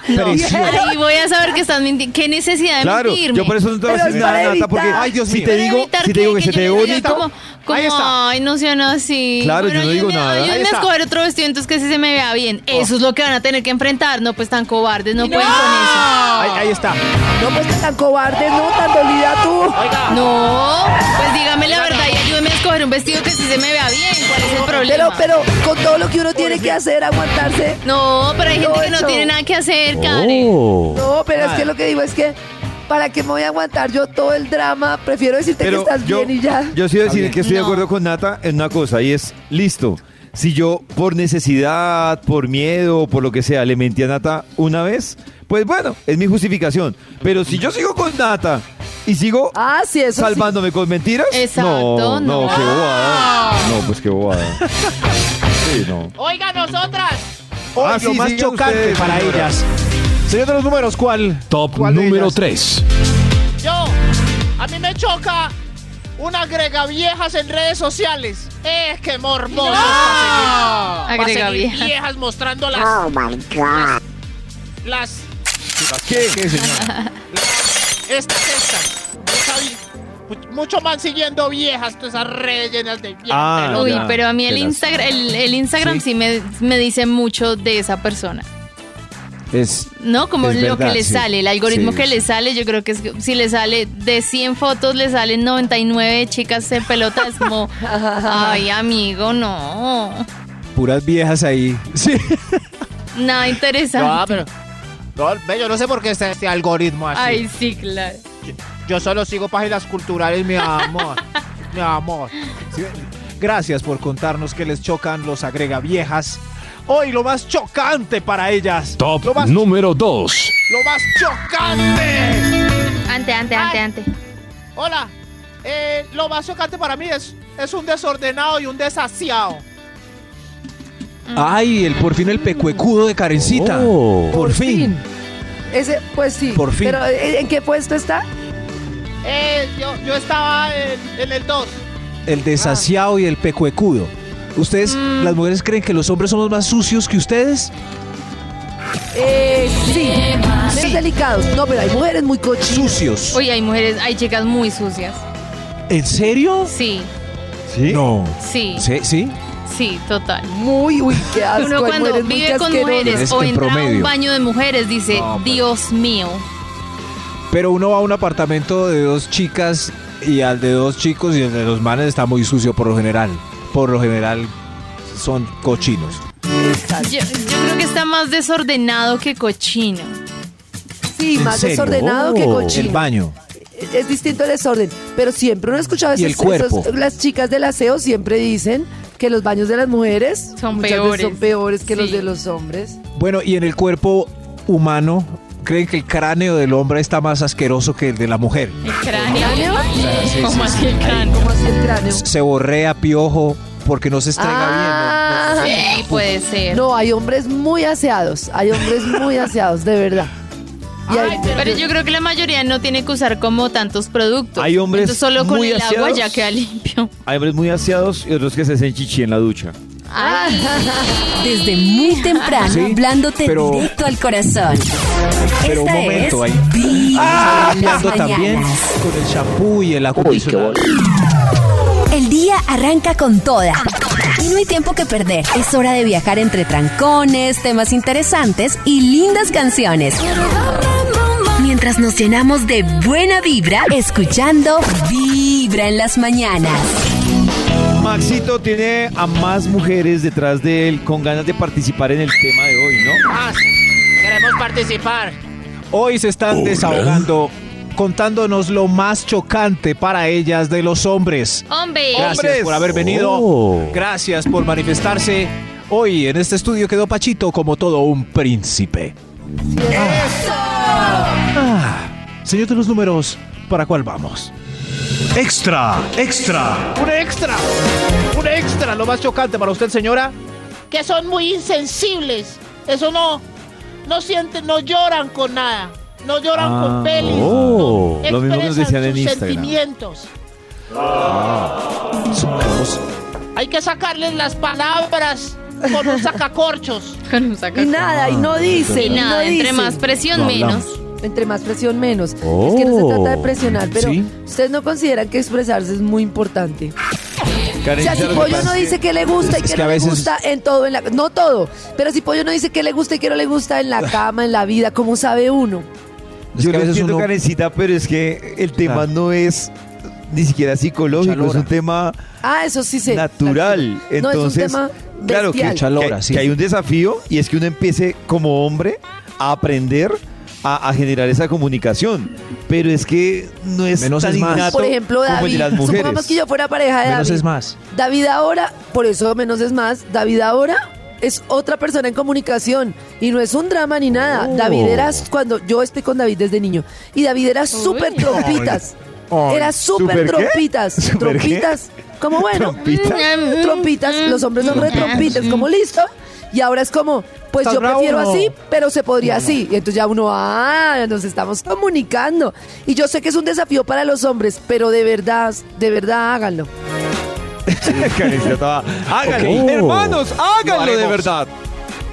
[SPEAKER 4] No.
[SPEAKER 3] Preciosa.
[SPEAKER 4] Ahí voy a saber que estás mintiendo. ¿Qué necesidad de
[SPEAKER 3] Claro,
[SPEAKER 4] mentirme?
[SPEAKER 3] yo por eso no te voy a
[SPEAKER 6] Pero
[SPEAKER 3] decir
[SPEAKER 6] es para
[SPEAKER 3] nada, Nata, porque
[SPEAKER 6] evitar.
[SPEAKER 3] Ay, Dios
[SPEAKER 6] Si
[SPEAKER 3] mío. si te digo,
[SPEAKER 4] Para
[SPEAKER 3] si te digo que se te ve
[SPEAKER 4] yo le diga
[SPEAKER 3] bonito,
[SPEAKER 4] Como, como,
[SPEAKER 2] Ahí está.
[SPEAKER 4] ay, no sean así.
[SPEAKER 3] Claro, yo no digo
[SPEAKER 4] me-
[SPEAKER 3] nada. Oh.
[SPEAKER 4] Ayúdenme
[SPEAKER 2] Ahí
[SPEAKER 4] a
[SPEAKER 2] está.
[SPEAKER 4] escoger otro vestido, entonces que sí se me vea bien. Eso es lo que van a tener que enfrentar. No, pues tan cobardes, no, pueden con eso.
[SPEAKER 2] Ahí, ahí está.
[SPEAKER 6] No, pues tan cobarde, no, tan dolida tú.
[SPEAKER 4] No, pues dígame la verdad y ayúdenme a escoger un vestido que sí se me vea bien. ¿Cuál es el
[SPEAKER 6] Pero,
[SPEAKER 4] problema?
[SPEAKER 6] pero con todo lo que uno tiene que hacer, aguantarse.
[SPEAKER 4] no, pero hay gente que no
[SPEAKER 6] Ocho.
[SPEAKER 4] tiene nada que hacer, Karen.
[SPEAKER 10] Oh.
[SPEAKER 6] No, pero es que lo que digo es que, ¿para qué me voy a aguantar yo todo el drama? Prefiero decirte
[SPEAKER 3] Pero
[SPEAKER 6] que estás
[SPEAKER 3] yo,
[SPEAKER 6] bien y ya.
[SPEAKER 3] Yo sí voy a decir que estoy de
[SPEAKER 4] No.
[SPEAKER 3] acuerdo con Nata en una cosa, y es, listo, si yo por necesidad, por miedo, por lo que sea, le mentí a Nata una vez, pues bueno, es mi justificación. Pero si yo sigo con Nata y sigo
[SPEAKER 6] Ah, sí, eso sí.
[SPEAKER 3] salvándome con mentiras,
[SPEAKER 4] Exacto,
[SPEAKER 3] no, no,
[SPEAKER 4] no.
[SPEAKER 3] qué bobada.
[SPEAKER 6] Ah.
[SPEAKER 3] No, pues qué bobada. Sí, no.
[SPEAKER 8] Oiga, nosotras.
[SPEAKER 2] Hoy
[SPEAKER 3] Ah,
[SPEAKER 2] lo
[SPEAKER 3] sí,
[SPEAKER 2] más
[SPEAKER 3] sigan
[SPEAKER 2] chocante
[SPEAKER 3] ustedes,
[SPEAKER 2] para
[SPEAKER 3] señora.
[SPEAKER 2] ellas. Señor de los números, ¿cuál?
[SPEAKER 9] Top
[SPEAKER 2] ¿Cuál de
[SPEAKER 9] número
[SPEAKER 2] ellas?
[SPEAKER 9] 3.
[SPEAKER 8] Yo, a mí me choca un agrega viejas en redes sociales. Es que morboso. pa' seguir- pa'
[SPEAKER 4] Agrega
[SPEAKER 8] seguir
[SPEAKER 4] viejas.
[SPEAKER 8] viejas mostrando las. Las.
[SPEAKER 2] ¿Qué? ¿Qué, señor?
[SPEAKER 8] Estas, estas. Esa vi- mu- Mucho man siguiendo viejas, todas esas redes llenas de viejas.
[SPEAKER 3] Ah,
[SPEAKER 8] pero-
[SPEAKER 4] Uy,
[SPEAKER 3] ya,
[SPEAKER 4] pero a mí el
[SPEAKER 3] qué lástima.
[SPEAKER 4] Instagram, el, el Instagram sí, me, me dice mucho de esa persona.
[SPEAKER 5] Es
[SPEAKER 4] ¿No? Como
[SPEAKER 5] Es
[SPEAKER 4] lo
[SPEAKER 5] verdad,
[SPEAKER 4] que le
[SPEAKER 5] sí.
[SPEAKER 4] sale, el algoritmo
[SPEAKER 5] Sí,
[SPEAKER 4] que
[SPEAKER 5] sí.
[SPEAKER 4] le sale, yo creo que es que si le sale de 100 fotos, le salen 99 chicas en pelota, es como, ay, amigo, no.
[SPEAKER 5] puras viejas ahí. Sí.
[SPEAKER 4] Nada interesante.
[SPEAKER 8] No, Ah, pues pero. No, ve, yo no sé por qué está este algoritmo así.
[SPEAKER 4] Ay, sí, claro.
[SPEAKER 8] Yo solo sigo páginas culturales, mi amor. mi amor.
[SPEAKER 5] Sí,
[SPEAKER 2] Gracias por contarnos que les chocan los agrega viejas. Hoy lo más chocante para ellas.
[SPEAKER 9] Top
[SPEAKER 2] Lo más,
[SPEAKER 9] número 2.
[SPEAKER 2] lo más chocante.
[SPEAKER 4] Ante, ante, ante, ante.
[SPEAKER 8] Hola. Eh, lo más chocante para mí es, es un desordenado y un desasiado.
[SPEAKER 5] Ay, el por fin el pecuecudo de Karencita.
[SPEAKER 10] Oh.
[SPEAKER 5] Por fin.
[SPEAKER 6] Ese, pues sí.
[SPEAKER 5] Por fin.
[SPEAKER 6] Pero ¿eh, ¿en qué puesto está?
[SPEAKER 8] Eh, yo, yo estaba en, en el 2.
[SPEAKER 5] El desasiado y el pecuecudo. ¿Ustedes, las mujeres, creen que los hombres somos más sucios que ustedes?
[SPEAKER 6] Eh, sí. Menos
[SPEAKER 5] Sí.
[SPEAKER 6] delicados. No, pero hay mujeres muy cochinas.
[SPEAKER 5] Sucios.
[SPEAKER 4] Oye, hay mujeres, hay chicas muy sucias.
[SPEAKER 5] ¿En serio?
[SPEAKER 4] Sí,
[SPEAKER 3] ¿Sí?
[SPEAKER 5] No.
[SPEAKER 4] sí,
[SPEAKER 5] ¿Sí? ¿Sí?
[SPEAKER 4] sí, total.
[SPEAKER 6] Muy, uy, qué asco.
[SPEAKER 4] Uno
[SPEAKER 6] hay
[SPEAKER 4] cuando
[SPEAKER 6] mujeres muy
[SPEAKER 4] vive con
[SPEAKER 6] asquerosas.
[SPEAKER 4] mujeres
[SPEAKER 5] Es
[SPEAKER 4] o
[SPEAKER 5] que
[SPEAKER 4] entra a un
[SPEAKER 5] promedio.
[SPEAKER 4] baño de mujeres, dice,
[SPEAKER 5] No, pues.
[SPEAKER 4] Dios mío.
[SPEAKER 5] Pero uno va a un apartamento de dos chicas y al de dos chicos y el de los manes está muy sucio por lo general. Por lo general son cochinos.
[SPEAKER 4] Yo, yo creo que está más desordenado que cochino.
[SPEAKER 6] Sí,
[SPEAKER 5] ¿En
[SPEAKER 6] más
[SPEAKER 5] serio?
[SPEAKER 6] desordenado que
[SPEAKER 5] El
[SPEAKER 6] cochino.
[SPEAKER 5] baño.
[SPEAKER 6] Es, es distinto el desorden. Pero siempre uno escuchaba
[SPEAKER 5] Y el cuerpo.
[SPEAKER 6] Las chicas del aseo siempre dicen que los baños de las mujeres
[SPEAKER 4] Son
[SPEAKER 6] muchas veces
[SPEAKER 4] peores.
[SPEAKER 6] son peores que los
[SPEAKER 4] Sí.
[SPEAKER 6] de los hombres.
[SPEAKER 5] Bueno, y en el cuerpo humano, ¿creen que el cráneo del hombre está más asqueroso que el de la mujer?
[SPEAKER 4] ¿El cráneo?
[SPEAKER 5] sí,
[SPEAKER 4] ¿Cómo
[SPEAKER 5] sí,
[SPEAKER 4] así el cráneo?
[SPEAKER 6] ¿Cómo así el cráneo?
[SPEAKER 5] Se borrea piojo porque no se extraiga
[SPEAKER 6] Ah.
[SPEAKER 5] bien. ¿no?
[SPEAKER 4] Sí, puede ser.
[SPEAKER 6] No, hay hombres muy aseados. Hay hombres muy aseados, de verdad. Y hay-
[SPEAKER 4] Pero yo creo que la mayoría no tiene que usar como tantos productos.
[SPEAKER 3] Hay hombres
[SPEAKER 4] Entonces solo con
[SPEAKER 3] muy
[SPEAKER 4] el agua
[SPEAKER 3] aseados.
[SPEAKER 4] ya queda limpio.
[SPEAKER 3] Hay hombres muy aseados y otros que se hacen chichi en la ducha.
[SPEAKER 6] Ah.
[SPEAKER 4] Ah,
[SPEAKER 1] Desde muy temprano,
[SPEAKER 5] Sí,
[SPEAKER 1] hablándote
[SPEAKER 5] pero-
[SPEAKER 1] directo al corazón.
[SPEAKER 5] Pero un
[SPEAKER 1] Esta
[SPEAKER 5] momento
[SPEAKER 1] es
[SPEAKER 5] ahí.
[SPEAKER 1] Vibra en las
[SPEAKER 5] Limpiando también
[SPEAKER 1] mañanas.
[SPEAKER 5] con el champú y el acondicionador.
[SPEAKER 1] El día arranca con toda. Y no hay tiempo que perder. Es hora de viajar entre trancones, temas interesantes y lindas canciones. Mientras nos llenamos de buena vibra, escuchando Vibra en las mañanas.
[SPEAKER 3] Maxito tiene a más mujeres detrás de él con ganas de participar en el tema de hoy, ¿no?
[SPEAKER 8] Más. Queremos participar.
[SPEAKER 5] Hoy se están desahogando, contándonos lo más chocante para ellas de los hombres.
[SPEAKER 4] Hombre,
[SPEAKER 5] Gracias por haber venido. Oh. Gracias por manifestarse. Hoy en este estudio quedó Pachito como todo un príncipe. Ah, señor de los números, ¿para cuál vamos?
[SPEAKER 2] Extra, extra.
[SPEAKER 8] Un extra.
[SPEAKER 2] Un extra, lo más chocante para usted, señora.
[SPEAKER 8] Que son muy insensibles. Eso no. No sienten, no lloran con nada. No lloran
[SPEAKER 3] Ah,
[SPEAKER 8] con pelis.
[SPEAKER 3] oh,
[SPEAKER 8] no
[SPEAKER 3] lo mismo que nos
[SPEAKER 8] expresan
[SPEAKER 3] decían en
[SPEAKER 8] sus
[SPEAKER 3] Instagram. Ah,
[SPEAKER 8] sentimientos.
[SPEAKER 5] Somos-
[SPEAKER 8] Hay que sacarles las palabras con un sacacorchos.
[SPEAKER 4] Con un
[SPEAKER 6] Y
[SPEAKER 4] sacacorchos.
[SPEAKER 6] nada, y no dice.
[SPEAKER 4] Y nada,
[SPEAKER 6] no
[SPEAKER 4] entre
[SPEAKER 6] dice.
[SPEAKER 4] más presión,
[SPEAKER 3] No
[SPEAKER 4] menos.
[SPEAKER 6] Entre más presión, menos. Es que no se
[SPEAKER 5] Oh,
[SPEAKER 6] trata de presionar, pero
[SPEAKER 3] Sí.
[SPEAKER 6] ustedes no consideran que expresarse es muy importante. O sea, si
[SPEAKER 3] Karencita, lo que
[SPEAKER 6] Pollo
[SPEAKER 3] pasa
[SPEAKER 6] no
[SPEAKER 3] es
[SPEAKER 6] dice que le gusta y
[SPEAKER 3] es
[SPEAKER 6] que
[SPEAKER 3] que
[SPEAKER 6] no
[SPEAKER 3] a
[SPEAKER 6] le
[SPEAKER 3] veces-
[SPEAKER 6] gusta en todo, en la, no todo, pero si Pollo no dice que le gusta y que no le gusta en la cama, en la vida, ¿cómo sabe uno?
[SPEAKER 5] que
[SPEAKER 3] Yo
[SPEAKER 5] a
[SPEAKER 3] lo
[SPEAKER 5] veces
[SPEAKER 3] entiendo,
[SPEAKER 5] uno-
[SPEAKER 3] Karencita, pero es que el tema no es ni siquiera psicológico, es
[SPEAKER 5] Chalora.
[SPEAKER 3] un tema
[SPEAKER 6] Ah, eso sí sé.
[SPEAKER 3] natural.
[SPEAKER 6] No, es un
[SPEAKER 3] Entonces,
[SPEAKER 6] tema
[SPEAKER 3] claro que,
[SPEAKER 6] bestial.
[SPEAKER 3] que-
[SPEAKER 5] Chalora, sí.
[SPEAKER 3] que hay un desafío y es que uno empiece como hombre a aprender a, a generar esa comunicación. Pero es que no es
[SPEAKER 5] Menos
[SPEAKER 3] tan
[SPEAKER 5] es más.
[SPEAKER 3] innato
[SPEAKER 6] Por ejemplo,
[SPEAKER 3] como el
[SPEAKER 6] David,
[SPEAKER 3] de las mujeres.
[SPEAKER 6] supongamos que yo fuera pareja de
[SPEAKER 5] Menos
[SPEAKER 6] David.
[SPEAKER 5] es más.
[SPEAKER 6] David ahora, por eso menos es más, David ahora es otra persona en comunicación y no es un drama ni nada.
[SPEAKER 3] Oh.
[SPEAKER 6] David era cuando yo estoy con David desde niño y David era súper trompitas. Era súper
[SPEAKER 3] ¿Súper qué?
[SPEAKER 6] trompitas,
[SPEAKER 3] ¿Súper qué?
[SPEAKER 6] trompitas. Como bueno,
[SPEAKER 3] ¿Trompita?
[SPEAKER 6] trompitas, los hombres son re trompitas, como listo. Y ahora es como, pues yo prefiero así, pero se podría así. Y entonces ya uno, ah, nos estamos comunicando. Y yo sé que es un desafío para los hombres, pero de verdad, de verdad háganlo.
[SPEAKER 3] Karencita estaba, hágalo, hermanos, háganlo de
[SPEAKER 5] haremos.
[SPEAKER 3] verdad.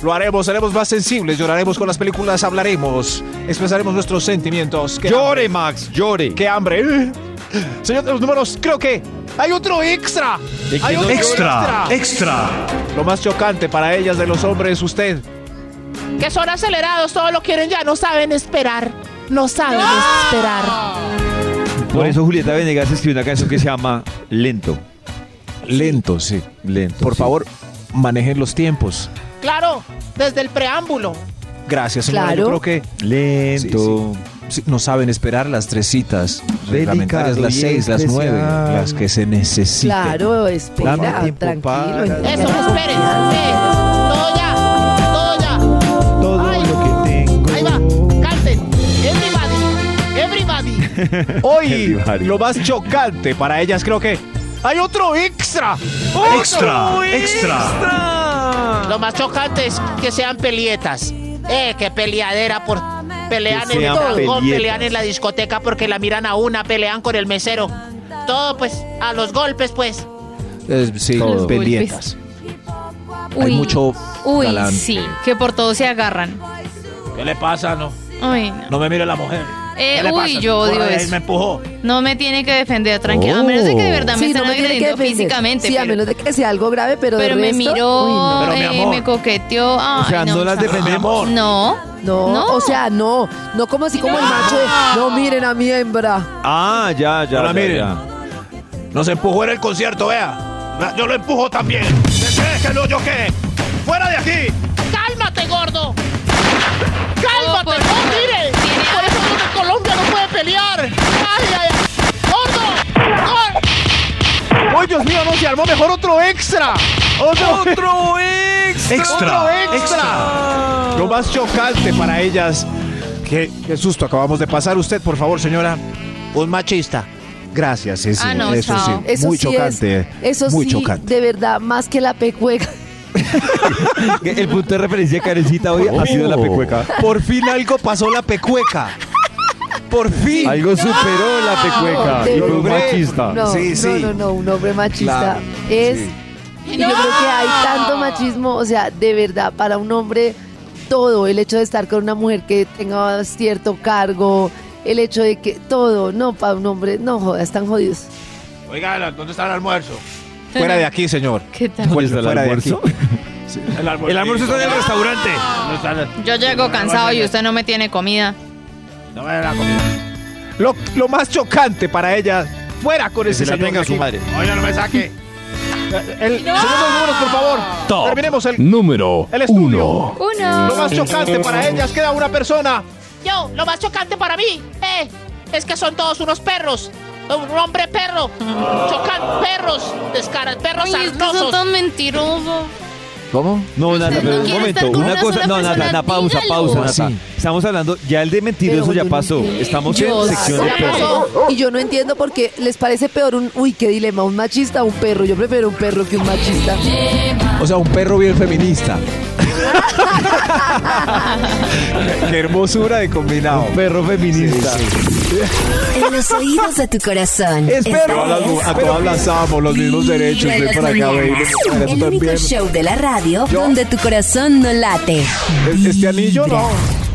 [SPEAKER 5] Lo haremos, seremos más sensibles, lloraremos con las películas, hablaremos, expresaremos nuestros sentimientos. ¡Qué
[SPEAKER 3] Llore,
[SPEAKER 5] hambre!
[SPEAKER 3] Max, llore.
[SPEAKER 5] ¡Qué hambre! ¡Ugh! Señor de los números, creo que hay otro extra. Hay otro
[SPEAKER 9] Extra, extra.
[SPEAKER 5] Lo más chocante para ellas de los hombres, usted.
[SPEAKER 8] Que son acelerados, todo lo quieren ya, no saben esperar. No saben esperar.
[SPEAKER 3] Por eso Julieta Venegas escribió una canción que se llama Lento.
[SPEAKER 5] Lento, sí.
[SPEAKER 3] Lento.
[SPEAKER 5] Por
[SPEAKER 3] sí.
[SPEAKER 5] favor, manejen los tiempos.
[SPEAKER 8] Claro, desde el preámbulo.
[SPEAKER 5] Gracias, señora.
[SPEAKER 6] Claro.
[SPEAKER 5] Yo creo que
[SPEAKER 3] Lento.
[SPEAKER 5] sí, no saben esperar las tres citas reglamentarias,
[SPEAKER 3] Delicado
[SPEAKER 5] las
[SPEAKER 3] y
[SPEAKER 5] seis, las
[SPEAKER 3] especial.
[SPEAKER 5] nueve, las que se necesiten.
[SPEAKER 6] Claro, espera,
[SPEAKER 3] Dame tiempo
[SPEAKER 6] tranquilo.
[SPEAKER 3] para-
[SPEAKER 6] entiende.
[SPEAKER 8] Eso, esperen. eh, todo ya, todo ya.
[SPEAKER 3] Todo
[SPEAKER 8] Ay.
[SPEAKER 3] lo que tengo.
[SPEAKER 8] Ahí va, canten. Everybody, everybody.
[SPEAKER 5] Hoy,
[SPEAKER 3] Everybody.
[SPEAKER 5] lo más chocante para ellas, creo que hay otro extra. ¡Otro
[SPEAKER 9] Extra, extra.
[SPEAKER 8] Lo más chocante es que sean pelietas. Eh, qué peleadera por... Pelean
[SPEAKER 3] Que
[SPEAKER 8] en el
[SPEAKER 3] sean
[SPEAKER 8] trancón,
[SPEAKER 3] pelietas.
[SPEAKER 8] pelean en la discoteca porque la miran a una, pelean con el mesero. Todo pues, a los golpes pues.
[SPEAKER 5] Eh, sí,
[SPEAKER 4] Los
[SPEAKER 5] pelietas.
[SPEAKER 4] Uy,
[SPEAKER 5] Hay mucho
[SPEAKER 4] Uy,
[SPEAKER 5] galán.
[SPEAKER 4] sí, que por todo se agarran.
[SPEAKER 2] ¿Qué le pasa? No,
[SPEAKER 4] Ay, no.
[SPEAKER 2] no me mire la mujer.
[SPEAKER 4] Eh,
[SPEAKER 2] ¿Qué le
[SPEAKER 4] uy,
[SPEAKER 2] pasa?
[SPEAKER 4] yo
[SPEAKER 2] Corre
[SPEAKER 4] odio
[SPEAKER 2] de ahí,
[SPEAKER 4] eso.
[SPEAKER 2] Me empujó.
[SPEAKER 4] No me tiene que defender, tranquilo. A
[SPEAKER 10] Oh.
[SPEAKER 4] menos de que de verdad me
[SPEAKER 6] Sí,
[SPEAKER 4] están
[SPEAKER 6] no me tiene que
[SPEAKER 4] agrediendo
[SPEAKER 6] defender.
[SPEAKER 4] físicamente.
[SPEAKER 6] Sí, a
[SPEAKER 4] pero
[SPEAKER 6] menos de que sea algo grave, pero, de
[SPEAKER 4] pero me
[SPEAKER 6] resto,
[SPEAKER 4] miró,
[SPEAKER 6] uy, no.
[SPEAKER 2] Pero, mi
[SPEAKER 4] eh,
[SPEAKER 2] amor.
[SPEAKER 4] me coqueteó. Ay,
[SPEAKER 3] sea, no las
[SPEAKER 4] chao.
[SPEAKER 3] defendemos.
[SPEAKER 4] No.
[SPEAKER 6] No,
[SPEAKER 4] No.
[SPEAKER 6] o sea, no, no como así como el macho de, no miren a mi hembra.
[SPEAKER 3] Ah, ya, ya.
[SPEAKER 2] Ahora
[SPEAKER 3] ya,
[SPEAKER 2] miren.
[SPEAKER 3] ya.
[SPEAKER 2] Nos empujó en el concierto, vea. La- Yo lo empujo también. ¿Te crees que no yo qué? ¡Fuera de aquí!
[SPEAKER 8] ¡Cálmate, gordo!
[SPEAKER 4] Oh, por
[SPEAKER 8] ¡Cálmate! ¡No,
[SPEAKER 4] favor.
[SPEAKER 8] mire!
[SPEAKER 4] Tiene
[SPEAKER 8] Por eso creo que Colombia no puede pelear. ¡Ay, ay, ay! ¡Gordo! ¡Gordo!
[SPEAKER 5] ¡Ay, Dios mío, no se armó! ¡Mejor otro extra! ¡Otro,
[SPEAKER 3] Otro ex.
[SPEAKER 5] otro
[SPEAKER 9] Extra,
[SPEAKER 5] extra! Lo más chocante para ellas. Qué, qué susto acabamos de pasar. Usted, por favor, señora. Un machista. Gracias, eso,
[SPEAKER 4] Ah, no,
[SPEAKER 5] eso sí.
[SPEAKER 4] chao.
[SPEAKER 6] Eso
[SPEAKER 5] muy
[SPEAKER 6] sí es-
[SPEAKER 5] chocante.
[SPEAKER 6] eso
[SPEAKER 5] muy
[SPEAKER 6] sí,
[SPEAKER 5] chocante.
[SPEAKER 6] de verdad, más que la pecueca.
[SPEAKER 3] El punto de referencia de Karencita hoy ha sido la
[SPEAKER 5] Oh.
[SPEAKER 3] pecueca.
[SPEAKER 5] Por fin algo pasó la pecueca. Por fin.
[SPEAKER 3] Algo superó la pecueca.
[SPEAKER 6] de
[SPEAKER 3] Y fue un
[SPEAKER 5] verdad.
[SPEAKER 3] machista.
[SPEAKER 6] No,
[SPEAKER 5] Sí,
[SPEAKER 6] no,
[SPEAKER 5] sí.
[SPEAKER 6] no, no, un hombre machista
[SPEAKER 5] Claro,
[SPEAKER 6] es...
[SPEAKER 5] sí.
[SPEAKER 6] Y yo creo que hay tanto machismo, o sea, de verdad, para un hombre todo, el hecho de estar con una mujer que tenga cierto cargo, el hecho de que todo, no, para un hombre, no jodas, están jodidos.
[SPEAKER 2] Oiga, ¿dónde está el almuerzo?
[SPEAKER 5] Fuera de aquí, señor.
[SPEAKER 4] ¿Qué tal?
[SPEAKER 3] ¿Cuál es el
[SPEAKER 5] Fuera de
[SPEAKER 3] almuerzo?
[SPEAKER 2] El almuerzo,
[SPEAKER 3] en el restaurante.
[SPEAKER 2] ¿Dónde está la-
[SPEAKER 4] Yo llego cansado y usted no me tiene comida.
[SPEAKER 2] No me dé la comida.
[SPEAKER 5] Lo, lo más chocante para ellas. Fuera con ese
[SPEAKER 3] se la
[SPEAKER 5] señor.
[SPEAKER 3] tenga
[SPEAKER 5] de
[SPEAKER 3] su
[SPEAKER 5] aquí.
[SPEAKER 3] madre.
[SPEAKER 2] Oiga, no me saque.
[SPEAKER 5] El, Señor de los números, por favor.
[SPEAKER 9] Top
[SPEAKER 5] Terminemos el,
[SPEAKER 9] número
[SPEAKER 5] el estudio.
[SPEAKER 9] uno.
[SPEAKER 5] Lo
[SPEAKER 4] Uno.
[SPEAKER 5] más
[SPEAKER 3] Eh,
[SPEAKER 5] chocante para ellas queda una persona.
[SPEAKER 8] Yo, lo más chocante para mí, eh, es que son todos unos perros. Un hombre perro. Chocan perros. Descaras, perros
[SPEAKER 4] Ay, es que son
[SPEAKER 8] sarnosos.
[SPEAKER 4] tan mentirosos.
[SPEAKER 3] ¿Cómo? No, Nata,
[SPEAKER 4] Usted no
[SPEAKER 3] pero un
[SPEAKER 4] quiere estar
[SPEAKER 3] momento,
[SPEAKER 4] con
[SPEAKER 3] una
[SPEAKER 4] una
[SPEAKER 3] cosa,
[SPEAKER 4] sola
[SPEAKER 3] no, Nata,
[SPEAKER 4] persona,
[SPEAKER 3] Nata, pausa,
[SPEAKER 4] dígalo.
[SPEAKER 3] pausa, Nata.
[SPEAKER 5] Sí.
[SPEAKER 3] Estamos hablando, ya el de mentiroso
[SPEAKER 6] Pero
[SPEAKER 3] ya
[SPEAKER 6] yo no
[SPEAKER 3] pasó.
[SPEAKER 6] entiendo.
[SPEAKER 3] Estamos
[SPEAKER 4] Yo
[SPEAKER 3] en
[SPEAKER 4] sí.
[SPEAKER 3] sección de
[SPEAKER 6] Ya
[SPEAKER 3] perros.
[SPEAKER 6] pasó. Y yo no entiendo por qué les parece peor un, uy, qué dilema, un machista o un perro. Yo prefiero un perro que un machista.
[SPEAKER 5] O sea, un perro bien feminista. Qué hermosura de combinado.
[SPEAKER 3] Un perro feminista.
[SPEAKER 1] En los oídos de tu corazón.
[SPEAKER 5] Espero. A todas las amo, los mismos derechos.
[SPEAKER 1] Vibra
[SPEAKER 5] Estoy
[SPEAKER 1] en
[SPEAKER 5] por
[SPEAKER 1] las
[SPEAKER 5] acá, baby.
[SPEAKER 1] mañanas.
[SPEAKER 5] Mira, tú
[SPEAKER 1] El único
[SPEAKER 5] también.
[SPEAKER 1] show de la radio donde tu corazón no late.
[SPEAKER 5] Es- Este anillo no.
[SPEAKER 1] Vibra.